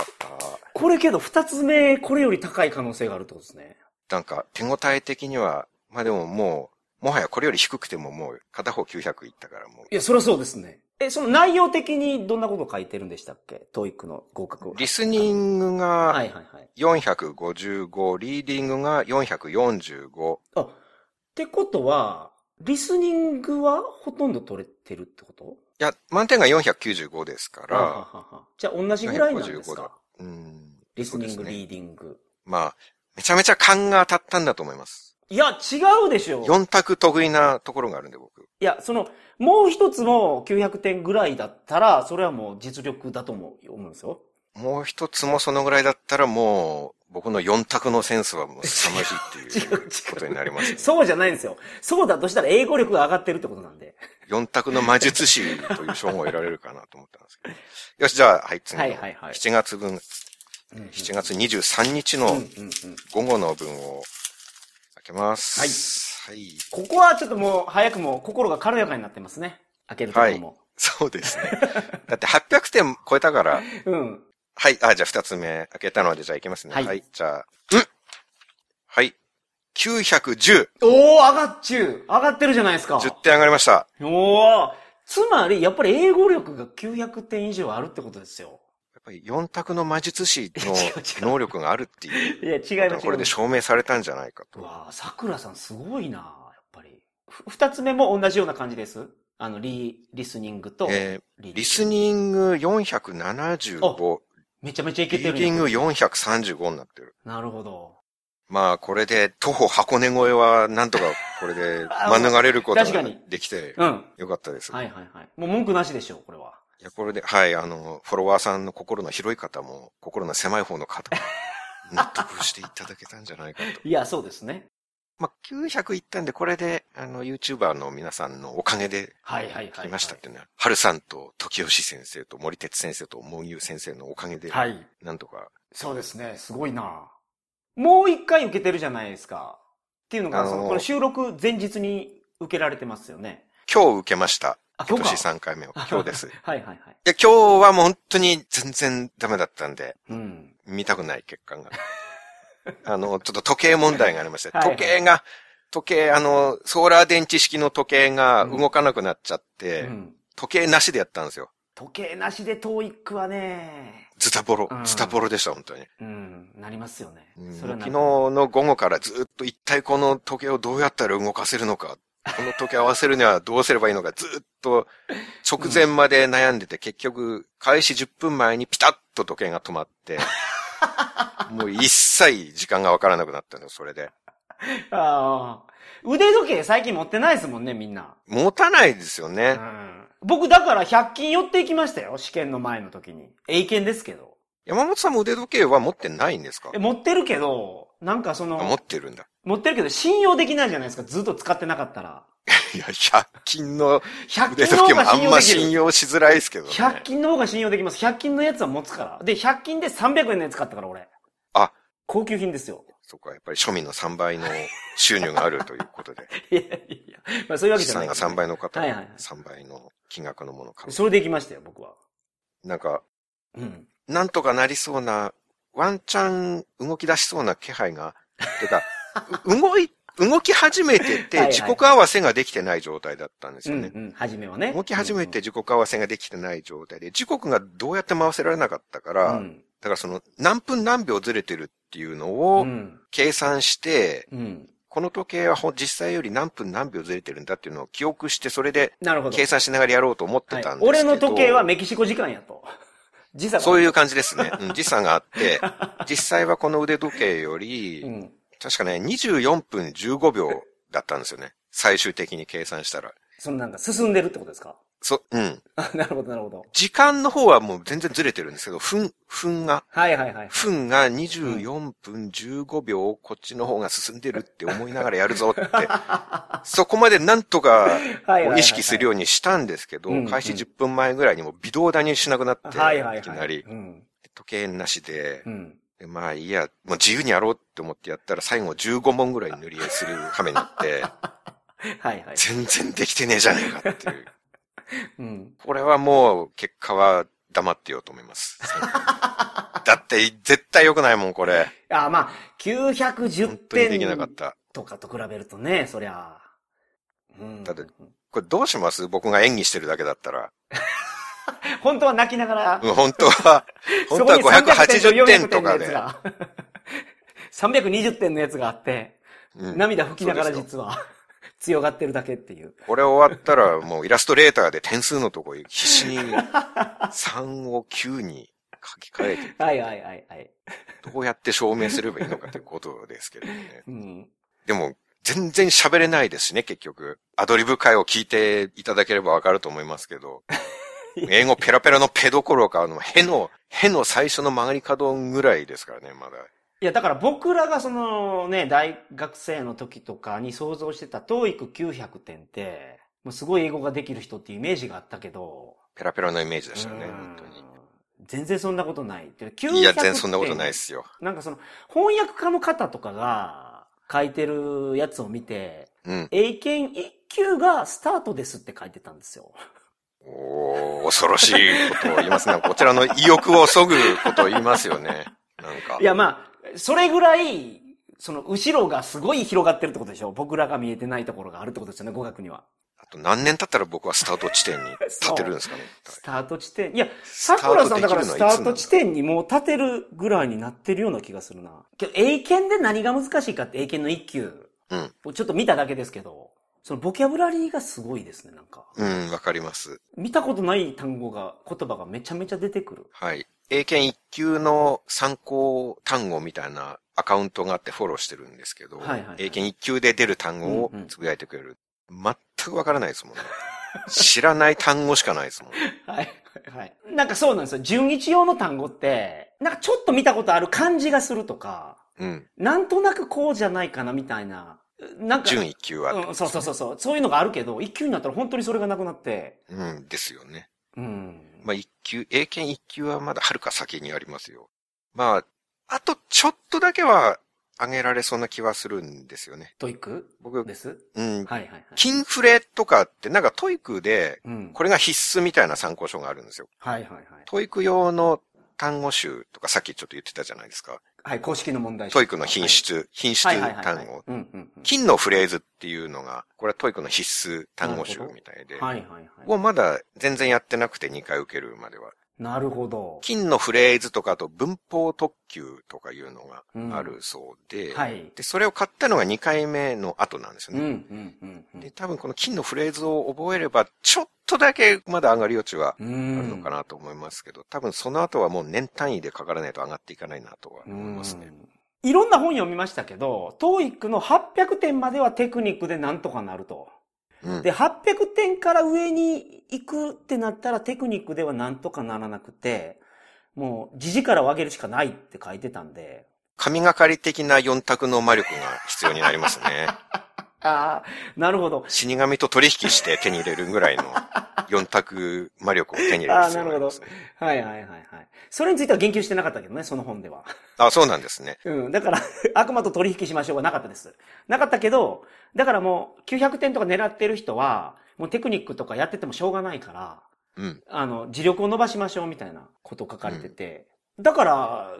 [SPEAKER 1] った。
[SPEAKER 2] これけど、二つ目、これより高い可能性があるってことですね。
[SPEAKER 1] なんか手応え的には、まあでももう、もはやこれより低くてももう片方900いったからも
[SPEAKER 2] いや、そりゃそうですね。え、その内容的にどんなこと書いてるんでしたっけ ?TOEIC の合格
[SPEAKER 1] う。リスニング
[SPEAKER 2] は
[SPEAKER 1] が
[SPEAKER 2] いはいはい。
[SPEAKER 1] 455、リーディングが445。
[SPEAKER 2] あ、ってことは、リスニングはほとんど取れてるってこと
[SPEAKER 1] いや、満点が495ですか
[SPEAKER 2] はは
[SPEAKER 1] ら、
[SPEAKER 2] ははじゃあ同じぐらいなんです
[SPEAKER 1] 455だ
[SPEAKER 2] か
[SPEAKER 1] うん。
[SPEAKER 2] リスニン
[SPEAKER 1] そ
[SPEAKER 2] グ、
[SPEAKER 1] うですね
[SPEAKER 2] リーディング。
[SPEAKER 1] まあ、めちゃめちゃ勘が当たったんだと思います。
[SPEAKER 2] いや、違うでしょ。
[SPEAKER 1] 4択得意なところがあるんで僕。
[SPEAKER 2] いや、その、もう一つも900点ぐらいだったら、それはもう実力だと思う、思うんですよ。
[SPEAKER 1] もう一つもそのぐらいだったらもう、僕の4択のセンスはもう凄まじいってい
[SPEAKER 2] 違う違
[SPEAKER 1] う
[SPEAKER 2] う
[SPEAKER 1] ことになりますね。
[SPEAKER 2] そうじゃないんですよ。そうだとしたら英語力が上がってるってことなんで。
[SPEAKER 1] 四択の魔術師という称号を得られるかなと思ったんですけど。よし、じゃあ、はい、次の。
[SPEAKER 2] はいはいはい
[SPEAKER 1] 7月分、7月23日の
[SPEAKER 2] うんうんうん。
[SPEAKER 1] 午後の分を開けます。はい。
[SPEAKER 2] ここはちょっともう、早くも心が軽やかになってますね。開けるところも。
[SPEAKER 1] そうですね。だって800点超えたから、
[SPEAKER 2] うん。
[SPEAKER 1] はい。あ、じゃあ二つ目開けたので、じゃあいきますね。
[SPEAKER 2] は
[SPEAKER 1] はいい。じゃあ、うんはい。910。
[SPEAKER 2] おお上がっちゅう上がってるじゃないですか。
[SPEAKER 1] 10点上がりました。
[SPEAKER 2] おおつまり、やっぱり英語力が900点以上あるってことですよ。
[SPEAKER 1] やっぱり四択の魔術師
[SPEAKER 2] 違う違う
[SPEAKER 1] の能力があるっていう
[SPEAKER 2] いや、違い
[SPEAKER 1] これで証明されたんじゃないか
[SPEAKER 2] う
[SPEAKER 1] と。
[SPEAKER 2] わぁ、桜さんすごいなぁ、やっぱり。ふ二つ目も同じような感じです。あの、リ、リスニングと、
[SPEAKER 1] え
[SPEAKER 2] リ
[SPEAKER 1] リスニング475、
[SPEAKER 2] めちゃめちゃいけ
[SPEAKER 1] リ
[SPEAKER 2] て
[SPEAKER 1] ー
[SPEAKER 2] る
[SPEAKER 1] ディ
[SPEAKER 2] や
[SPEAKER 1] ン
[SPEAKER 2] ん。
[SPEAKER 1] グ435になってる。
[SPEAKER 2] なるほど。
[SPEAKER 1] まあ、これで、徒歩箱根越えは、なんとか、これで
[SPEAKER 2] あ、
[SPEAKER 1] 免れること
[SPEAKER 2] 確か
[SPEAKER 1] が
[SPEAKER 2] に
[SPEAKER 1] できて、
[SPEAKER 2] うん。はい
[SPEAKER 1] よかったです。、
[SPEAKER 2] はいいはい。もう文句なしでしょう、これは。
[SPEAKER 1] や、これで、はい、あの、フォロワーさんの心の広い方も、心の狭い方の 方も、納得していただけたんじゃないかと。
[SPEAKER 2] いや、そうですね。
[SPEAKER 1] まあ、900いったんで、これで、あの、YouTuber の皆さんのおかげで、
[SPEAKER 2] はいはいはい、はい。
[SPEAKER 1] 来ましたってね、春さんと時吉先生と森哲先生と毛牛先生のおかげで、
[SPEAKER 2] はい。
[SPEAKER 1] なんとか、
[SPEAKER 2] そうですね。すごいなぁ。もう一回受けてるじゃないですか。っていうのが、
[SPEAKER 1] あのー
[SPEAKER 2] そのこれ収録前日に受けられてますよね。
[SPEAKER 1] 今日受けました。
[SPEAKER 2] あ、
[SPEAKER 1] 今
[SPEAKER 2] か
[SPEAKER 1] 年3回目を。 今日です。い
[SPEAKER 2] はいはいはい。
[SPEAKER 1] や、今日はもう本当に全然ダメだったんで、
[SPEAKER 2] うん。
[SPEAKER 1] 見たくない結 果が。あの、ちょっと時計問題がありまして、
[SPEAKER 2] はいはい
[SPEAKER 1] 時計が、時計、あの、ソーラー電池式の時計が動かなくなっちゃって、
[SPEAKER 2] うん。
[SPEAKER 1] 時計なしでやったんですよ。
[SPEAKER 2] 時計なしで TOEIC はね
[SPEAKER 1] ズタボロ
[SPEAKER 2] う、ん
[SPEAKER 1] ズタボロでした、本当に。
[SPEAKER 2] うん、なりますよね。
[SPEAKER 1] うん
[SPEAKER 2] それは
[SPEAKER 1] 昨
[SPEAKER 2] な
[SPEAKER 1] 日の午後からずっと一体この時計をどうやったら動かせるのか、この時計合わせるにはどうすればいいのか、ずっと直前まで悩んでて、結局、開始10分前にピタッと時計が止ま って、もう一切時間がわからなくなったのよ、それで。
[SPEAKER 2] ああ。腕時計最近持ってないですもんね、みんな。
[SPEAKER 1] 持たないですよ
[SPEAKER 2] う
[SPEAKER 1] ね。
[SPEAKER 2] ん。僕、だから100均寄っていきましたよ、試験の前の時に。英検ですけど。
[SPEAKER 1] 山本さんも腕時計は持ってないんですか
[SPEAKER 2] え持ってるけど、なんかそ
[SPEAKER 1] あ持
[SPEAKER 2] の
[SPEAKER 1] っ、てるんだ。
[SPEAKER 2] 持ってるけど信用できないじゃないですか、ずっと使ってなかったら。
[SPEAKER 1] いや、100均の
[SPEAKER 2] 100
[SPEAKER 1] 腕
[SPEAKER 2] 均の
[SPEAKER 1] 時計
[SPEAKER 2] 方
[SPEAKER 1] も
[SPEAKER 2] が
[SPEAKER 1] あんま
[SPEAKER 2] 信用でき
[SPEAKER 1] 信
[SPEAKER 2] る。
[SPEAKER 1] 用しづらいですけどね。
[SPEAKER 2] 100均の方が信用できます。100均のやつは持つから。で、100均で300円のやつ買ったから、俺。
[SPEAKER 1] あ。
[SPEAKER 2] 高級品ですよ。
[SPEAKER 1] そこはやっぱり庶民の3倍の収入があるということで、
[SPEAKER 2] いやいやいや。まあ、そういうわけ
[SPEAKER 1] 資
[SPEAKER 2] じゃない
[SPEAKER 1] 産
[SPEAKER 2] け
[SPEAKER 1] が
[SPEAKER 2] ど。
[SPEAKER 1] 3倍の方
[SPEAKER 2] はいはいはい
[SPEAKER 1] は3倍の金額のものを買う。
[SPEAKER 2] それで行きましたよ、僕は。
[SPEAKER 1] なんか、
[SPEAKER 2] うん。
[SPEAKER 1] なんとかなりそうな、ワンチャン動き出しそうな気配が、て か、う動い、動き始めて
[SPEAKER 2] はいは
[SPEAKER 1] て
[SPEAKER 2] い
[SPEAKER 1] 時刻合わせができてない状態だったんです
[SPEAKER 2] う
[SPEAKER 1] よ
[SPEAKER 2] ん
[SPEAKER 1] ね。
[SPEAKER 2] うん、初めはね。
[SPEAKER 1] 動き始めて
[SPEAKER 2] じ
[SPEAKER 1] 時刻合わせができてない状態で、時刻がどうやって回せられなかったから、
[SPEAKER 2] うん。
[SPEAKER 1] だからその何分何秒ずれてるっていうの
[SPEAKER 2] う
[SPEAKER 1] を
[SPEAKER 2] ん。
[SPEAKER 1] 計算して、
[SPEAKER 2] うん。
[SPEAKER 1] この時計はほ実際より何分何秒ずれてるんだっていうのを記憶して、それで
[SPEAKER 2] なるほど。
[SPEAKER 1] 計算しながらやろうと思ってたんですけど、
[SPEAKER 2] はい俺の時計はメキシコ時間やと。 時差が。。
[SPEAKER 1] そういうう感じですね。うん、時差があって、 実際はこの腕時計より、
[SPEAKER 2] うん。
[SPEAKER 1] 確かね、24分15秒だったんですよね。最終的に計算したら。
[SPEAKER 2] そのなんか進んでるってことですか
[SPEAKER 1] そ、うん。
[SPEAKER 2] なるほど、なるほど。
[SPEAKER 1] 時間の方はもう全然ずれてるんですけど、分、分が、
[SPEAKER 2] はいはいはい。
[SPEAKER 1] 分が24分15秒をこっちの方が進んでるって思いながらやるぞ って、そこまでなんとか
[SPEAKER 2] はいはいはい。
[SPEAKER 1] 意識するようにしたんですけど
[SPEAKER 2] うんうん、
[SPEAKER 1] 開始10分前ぐらいにもう微動だにしなくなって、
[SPEAKER 2] はいはいはい。
[SPEAKER 1] いきなり
[SPEAKER 2] うん。
[SPEAKER 1] 時計なしで
[SPEAKER 2] う、ん。
[SPEAKER 1] でまあいいや、もう自由にやろうって思ってやったら最後15問ぐらい塗り絵する羽目にな って、
[SPEAKER 2] はいはい。
[SPEAKER 1] 全然できてねえじゃねえかっていう。
[SPEAKER 2] うん。
[SPEAKER 1] これはもう結果は黙ってようと思います。 だって絶対良くないもん、これ。
[SPEAKER 2] あ、まあ、910
[SPEAKER 1] 本当にできなかっ
[SPEAKER 2] 点
[SPEAKER 1] た。
[SPEAKER 2] とかと比べるとね、そりゃ。うん。
[SPEAKER 1] だってこれどうします僕が演技してるだけだったら。
[SPEAKER 2] 本当は泣きながら。
[SPEAKER 1] うん本当 は、本当は580点とかで。
[SPEAKER 2] 320点のやつがあ って、
[SPEAKER 1] うん
[SPEAKER 2] 涙拭きながら
[SPEAKER 1] そうですよ
[SPEAKER 2] 実は、 強がってるだけっていう。
[SPEAKER 1] これ終わったらもうイラストレーターで点数のとこ必死 に3を9に書き換えて、
[SPEAKER 2] はいはいはいはい。
[SPEAKER 1] どうやって証明すればいいのかということですけれどもね。
[SPEAKER 2] うん。
[SPEAKER 1] でも、全然喋れないですしね、結局。アドリブ会を聞いていただければわかると思いますけ ど。英語ペラペラのペどころか、あの、への、への最初の曲がり角ぐらいですからね、まだ。
[SPEAKER 2] いや、だから僕らがそのね、大学生の時とかに想像してた TOEIC900 点って、もうすごい英語ができる人っていうイメージがあったけど、
[SPEAKER 1] ペラペラのイメージでしたね、
[SPEAKER 2] うん
[SPEAKER 1] 本当
[SPEAKER 2] 全然そんなことないっていう。
[SPEAKER 1] に。いや、全然
[SPEAKER 2] 900
[SPEAKER 1] そんなことない
[SPEAKER 2] 点
[SPEAKER 1] ですよ。
[SPEAKER 2] なんかその、翻訳家の方とかが書いてるやつを見て、
[SPEAKER 1] うん。
[SPEAKER 2] 英検1級がスタートですって書いてたんですよ。
[SPEAKER 1] おー、恐ろしいことを言いますね。こちらの意欲を削ぐことを言いますよね。なんか。
[SPEAKER 2] いや、まあ、それぐらい、その後ろがすごい広がってるってことでしょ僕らが見えてないところがあるってことですよね、語学には。
[SPEAKER 1] あと何年経ったら僕はスタート地点に立てるんですかね。
[SPEAKER 2] スタート地点。いや、桜さんだからスタート地点にもう立てるぐらいになってるような気がするな。けど、英検で何が難しいかって英検の一級。
[SPEAKER 1] うん
[SPEAKER 2] をちょっと見ただけですけど、そのボキャブラリーがすごいですね、なんか。
[SPEAKER 1] うん、わかります。
[SPEAKER 2] 見たことない単語が、言葉がめちゃめちゃ出てくる。
[SPEAKER 1] はい。英検一級の参考単語みたいなアカウントがあってフォローしてるんですけど、
[SPEAKER 2] はいはいはい
[SPEAKER 1] 英検一級で出る単語を
[SPEAKER 2] うんうん
[SPEAKER 1] つぶやいてくれる。全くわからないですもんね。知らない単語しかないですもん。
[SPEAKER 2] はい。はい。なんかそうなんですよ。純一用の単語って、なんかちょっと見たことある感じがするとか、
[SPEAKER 1] うん。
[SPEAKER 2] なんとなくこうじゃないかなみたいな。なんか。
[SPEAKER 1] 準一級は、
[SPEAKER 2] うん、そうそうそうそう。そういうのがあるけど、一級になったら本当にそれがなくなって。
[SPEAKER 1] うん、ですよね。
[SPEAKER 2] うん。
[SPEAKER 1] まあ一級、英検一級はまだ遥か先にありますよ。まあ、あとちょっとだけは上げられそうな気はするんですよね。
[SPEAKER 2] トイック
[SPEAKER 1] 僕、
[SPEAKER 2] です
[SPEAKER 1] うん、
[SPEAKER 2] はいはいはい。
[SPEAKER 1] 金フレとかってなんかトイックで、
[SPEAKER 2] うん。
[SPEAKER 1] これが必須みたいな参考書があるんですよ。
[SPEAKER 2] はいはいはい。
[SPEAKER 1] トイック用の単語集とかさっきちょっと言ってたじゃないですか。
[SPEAKER 2] はい、公式の問題集
[SPEAKER 1] トイックの品質、品質単語。
[SPEAKER 2] はいはいはいはいうんうんうん。
[SPEAKER 1] 金のフレーズっていうのが、これはトイックの必須単語集みたいで、
[SPEAKER 2] はいはいはい。
[SPEAKER 1] をまだ全然やってなくて2回受けるまでは。
[SPEAKER 2] なるほど。
[SPEAKER 1] 金のフレーズとかあと文法特急とかいうのがあるそうで、
[SPEAKER 2] はい。
[SPEAKER 1] で、それを買ったのが2回目の後なんです
[SPEAKER 2] う
[SPEAKER 1] よ
[SPEAKER 2] んう
[SPEAKER 1] ね。
[SPEAKER 2] んうんうん。
[SPEAKER 1] で、多分この金のフレーズを覚えれば、ちょっとだけまだ上がり余地はあ
[SPEAKER 2] うん。
[SPEAKER 1] るのかなと思いますけど、多分その後はもう年単位でかからないと上がっていかないなとは思いますね。
[SPEAKER 2] いろんな本読みましたけど、トーイックの800点まではテクニックでなんとかなると。
[SPEAKER 1] うん。
[SPEAKER 2] で、800点から上に行くってなったらテクニックではなんとかならなくて、もう、時からを上げるしかないって書いてたんで。
[SPEAKER 1] 神がかり的な4択の魔力が必要になります ね。
[SPEAKER 2] ああ、なるほど。
[SPEAKER 1] 死神と取引して手に入れるぐらいの4択魔力を手に入れる必要がありますね。
[SPEAKER 2] はいはいはいはい。それについては言及してなかったけどね、その本では。
[SPEAKER 1] あ、そうなんですね。
[SPEAKER 2] うん。だから、 悪魔と取引しましょうはなかったです。なかったけど、だからもう、900点とか狙ってる人は、もうテクニックとかやっててもしょうがないから、
[SPEAKER 1] うん。
[SPEAKER 2] あの、磁力を伸ばしましょうみたいなこと書かれてて。だから、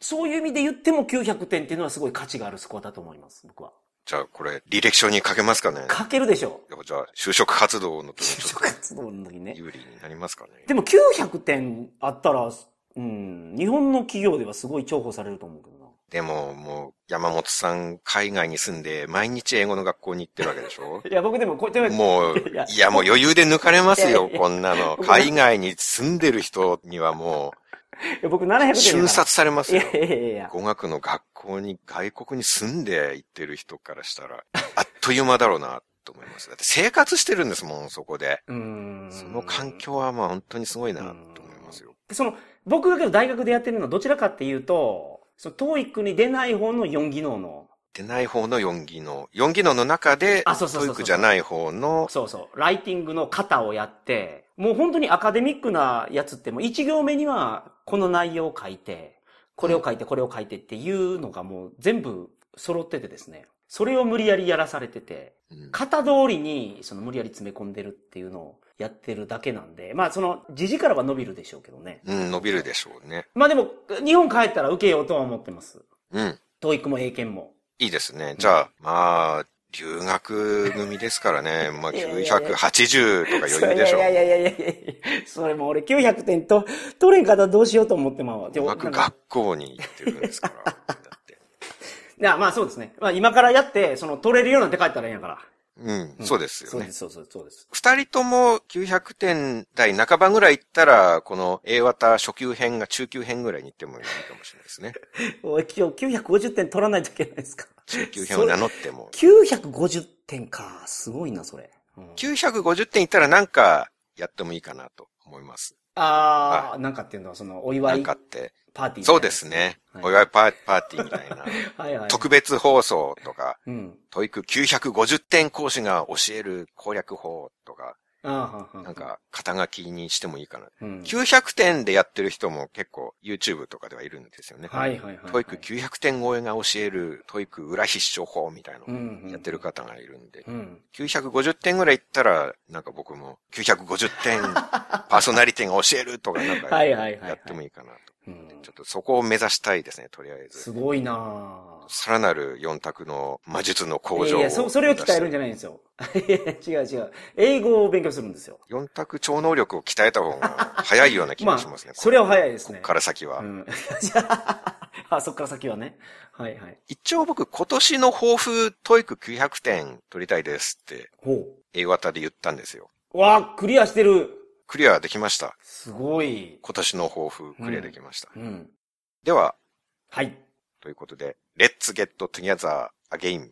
[SPEAKER 2] そういう意味で言っても900点っていうのはすごい価値があるスコアだと思います、僕は。
[SPEAKER 1] じゃあこれ履歴書に書けますかね
[SPEAKER 2] 書けるでしょう。
[SPEAKER 1] じゃあ就職活動の時に
[SPEAKER 2] 就
[SPEAKER 1] ちょ
[SPEAKER 2] 職活動の時
[SPEAKER 1] っと
[SPEAKER 2] ね。
[SPEAKER 1] 有利になりますかね。
[SPEAKER 2] でも900点あったら、うん、日本の企業ではすごい重宝されると思うけどな。
[SPEAKER 1] でももう山本さん海外に住んで毎日英語の学校に行ってるわけでし ょ
[SPEAKER 2] いや、僕でもこうやって、
[SPEAKER 1] もう
[SPEAKER 2] いや、
[SPEAKER 1] いやもう余裕で抜かれます
[SPEAKER 2] いや
[SPEAKER 1] よ、
[SPEAKER 2] いや
[SPEAKER 1] こんなの。海外に住んでる人にはも
[SPEAKER 2] いや僕700点
[SPEAKER 1] う、
[SPEAKER 2] だから
[SPEAKER 1] 瞬殺されます
[SPEAKER 2] い
[SPEAKER 1] よ
[SPEAKER 2] や。いやいやいや。
[SPEAKER 1] 語学の学校に外国に住んで行ってる人からしたら、あっという間だろうなと思います。だって生活してるんですもん、そこで。
[SPEAKER 2] うーん
[SPEAKER 1] その環。境はまあ本当にすごいなと思いますよ。
[SPEAKER 2] その、僕がけど大学でやってるのはどちらかっていうと、その、トーイックに出ない方の4技能の、
[SPEAKER 1] 出ない方の4技能。4技能の中で、
[SPEAKER 2] あそうそうそうそ
[SPEAKER 1] トイ
[SPEAKER 2] う
[SPEAKER 1] ックじゃない方の、
[SPEAKER 2] そうそう、ライティングの型をやって、もう本当にアカデミックなやつって、もう1行目にはこの内容を書いて、これを書いて、これを書いてっていうのがもう全部揃っててですね。それを無理やりやらされてて、
[SPEAKER 1] うん
[SPEAKER 2] 型通りにその無理やり詰め込んでるっていうのをやってるだけなんで、まあその、時力は伸びるでしょうけどね。
[SPEAKER 1] うん、伸びるでしょうね。
[SPEAKER 2] まあでも、日本帰ったら受けようとは思ってます。
[SPEAKER 1] うん。
[SPEAKER 2] 教育も英検も。
[SPEAKER 1] いいですね。じゃあ、まあ、留学組ですから ね。まあ、
[SPEAKER 2] いやいやいや
[SPEAKER 1] 980とか余裕でしょ
[SPEAKER 2] いやいやいやいやいやいやそれもう俺900点と取れんかったらどうしようと思ってまうわ。で
[SPEAKER 1] う。語
[SPEAKER 2] も
[SPEAKER 1] 学
[SPEAKER 2] なんか
[SPEAKER 1] 学校に行ってるんですから。だって
[SPEAKER 2] いやまあそうですね。まあ今からやって、その取れるようになって帰ったらいいんやから。
[SPEAKER 1] うん、
[SPEAKER 2] うん
[SPEAKER 1] そうですよ
[SPEAKER 2] そう
[SPEAKER 1] ね
[SPEAKER 2] で。す、そうです、そうです。
[SPEAKER 1] 二人とも900点台半ばぐらい行ったら、この A 型初級編が中級編ぐらいに行ってもいいかもしれない ですね。
[SPEAKER 2] おい今日950点取らないといけないですか。
[SPEAKER 1] 中級編を名乗っても。
[SPEAKER 2] 950点か。すごいな、それ。うん
[SPEAKER 1] 950点行ったらなんかやってもいいかなと思います。
[SPEAKER 2] ああ、なんかっていうのはそのお祝
[SPEAKER 1] なん
[SPEAKER 2] い
[SPEAKER 1] か
[SPEAKER 2] パ
[SPEAKER 1] っ
[SPEAKER 2] ー
[SPEAKER 1] て。
[SPEAKER 2] ティーみたいな
[SPEAKER 1] そうですね。
[SPEAKER 2] はい
[SPEAKER 1] お祝いパーパーティーみたいな。
[SPEAKER 2] はいはい。
[SPEAKER 1] 特別放送とか、
[SPEAKER 2] うん。
[SPEAKER 1] トイック950点講師が教える攻略法とか、
[SPEAKER 2] ああ
[SPEAKER 1] なん、か、肩書きにしてもいいかな。
[SPEAKER 2] うん
[SPEAKER 1] 900点でやってる人も結構 YouTube とかではいるんですよね。
[SPEAKER 2] はいはいはいはい。
[SPEAKER 1] トイック900点超えが教えるトイック裏必勝法みたいな
[SPEAKER 2] う
[SPEAKER 1] の
[SPEAKER 2] んうん
[SPEAKER 1] やってる方がいるんで、
[SPEAKER 2] うん。
[SPEAKER 1] 950点ぐらいいったら、なんか僕も950点パーソナリティが教えるとかなんか
[SPEAKER 2] はいはいはいはい
[SPEAKER 1] やってもいいかなと。
[SPEAKER 2] うん
[SPEAKER 1] ちょっとそこを目指したいですね、とりあえず。
[SPEAKER 2] すごいなぁ。
[SPEAKER 1] さらなる4択の魔術の
[SPEAKER 2] い
[SPEAKER 1] 向
[SPEAKER 2] やい
[SPEAKER 1] 上を。
[SPEAKER 2] やそ、それを鍛えるんじゃないんですよ。いや違う違う。英語を勉強するんですよ。
[SPEAKER 1] 4択超能力を鍛えた方が早いような気
[SPEAKER 2] ま
[SPEAKER 1] がしま
[SPEAKER 2] あ
[SPEAKER 1] すね。、
[SPEAKER 2] それは早いです
[SPEAKER 1] こ
[SPEAKER 2] ね
[SPEAKER 1] っ。から先は。
[SPEAKER 2] うん。じゃあ、 あそっから先はね。はいはい。
[SPEAKER 1] 一応僕今年の抱負、トイック900点取りたいですって、
[SPEAKER 2] ほう。
[SPEAKER 1] A 型で言ったんですよ。
[SPEAKER 2] うわあ、クリアしてる。
[SPEAKER 1] クリアできました。
[SPEAKER 2] すごい。
[SPEAKER 1] 今年の抱負、クリアできました。
[SPEAKER 2] うん。
[SPEAKER 1] では、
[SPEAKER 2] はい。
[SPEAKER 1] ということで、Let's Get Together Again。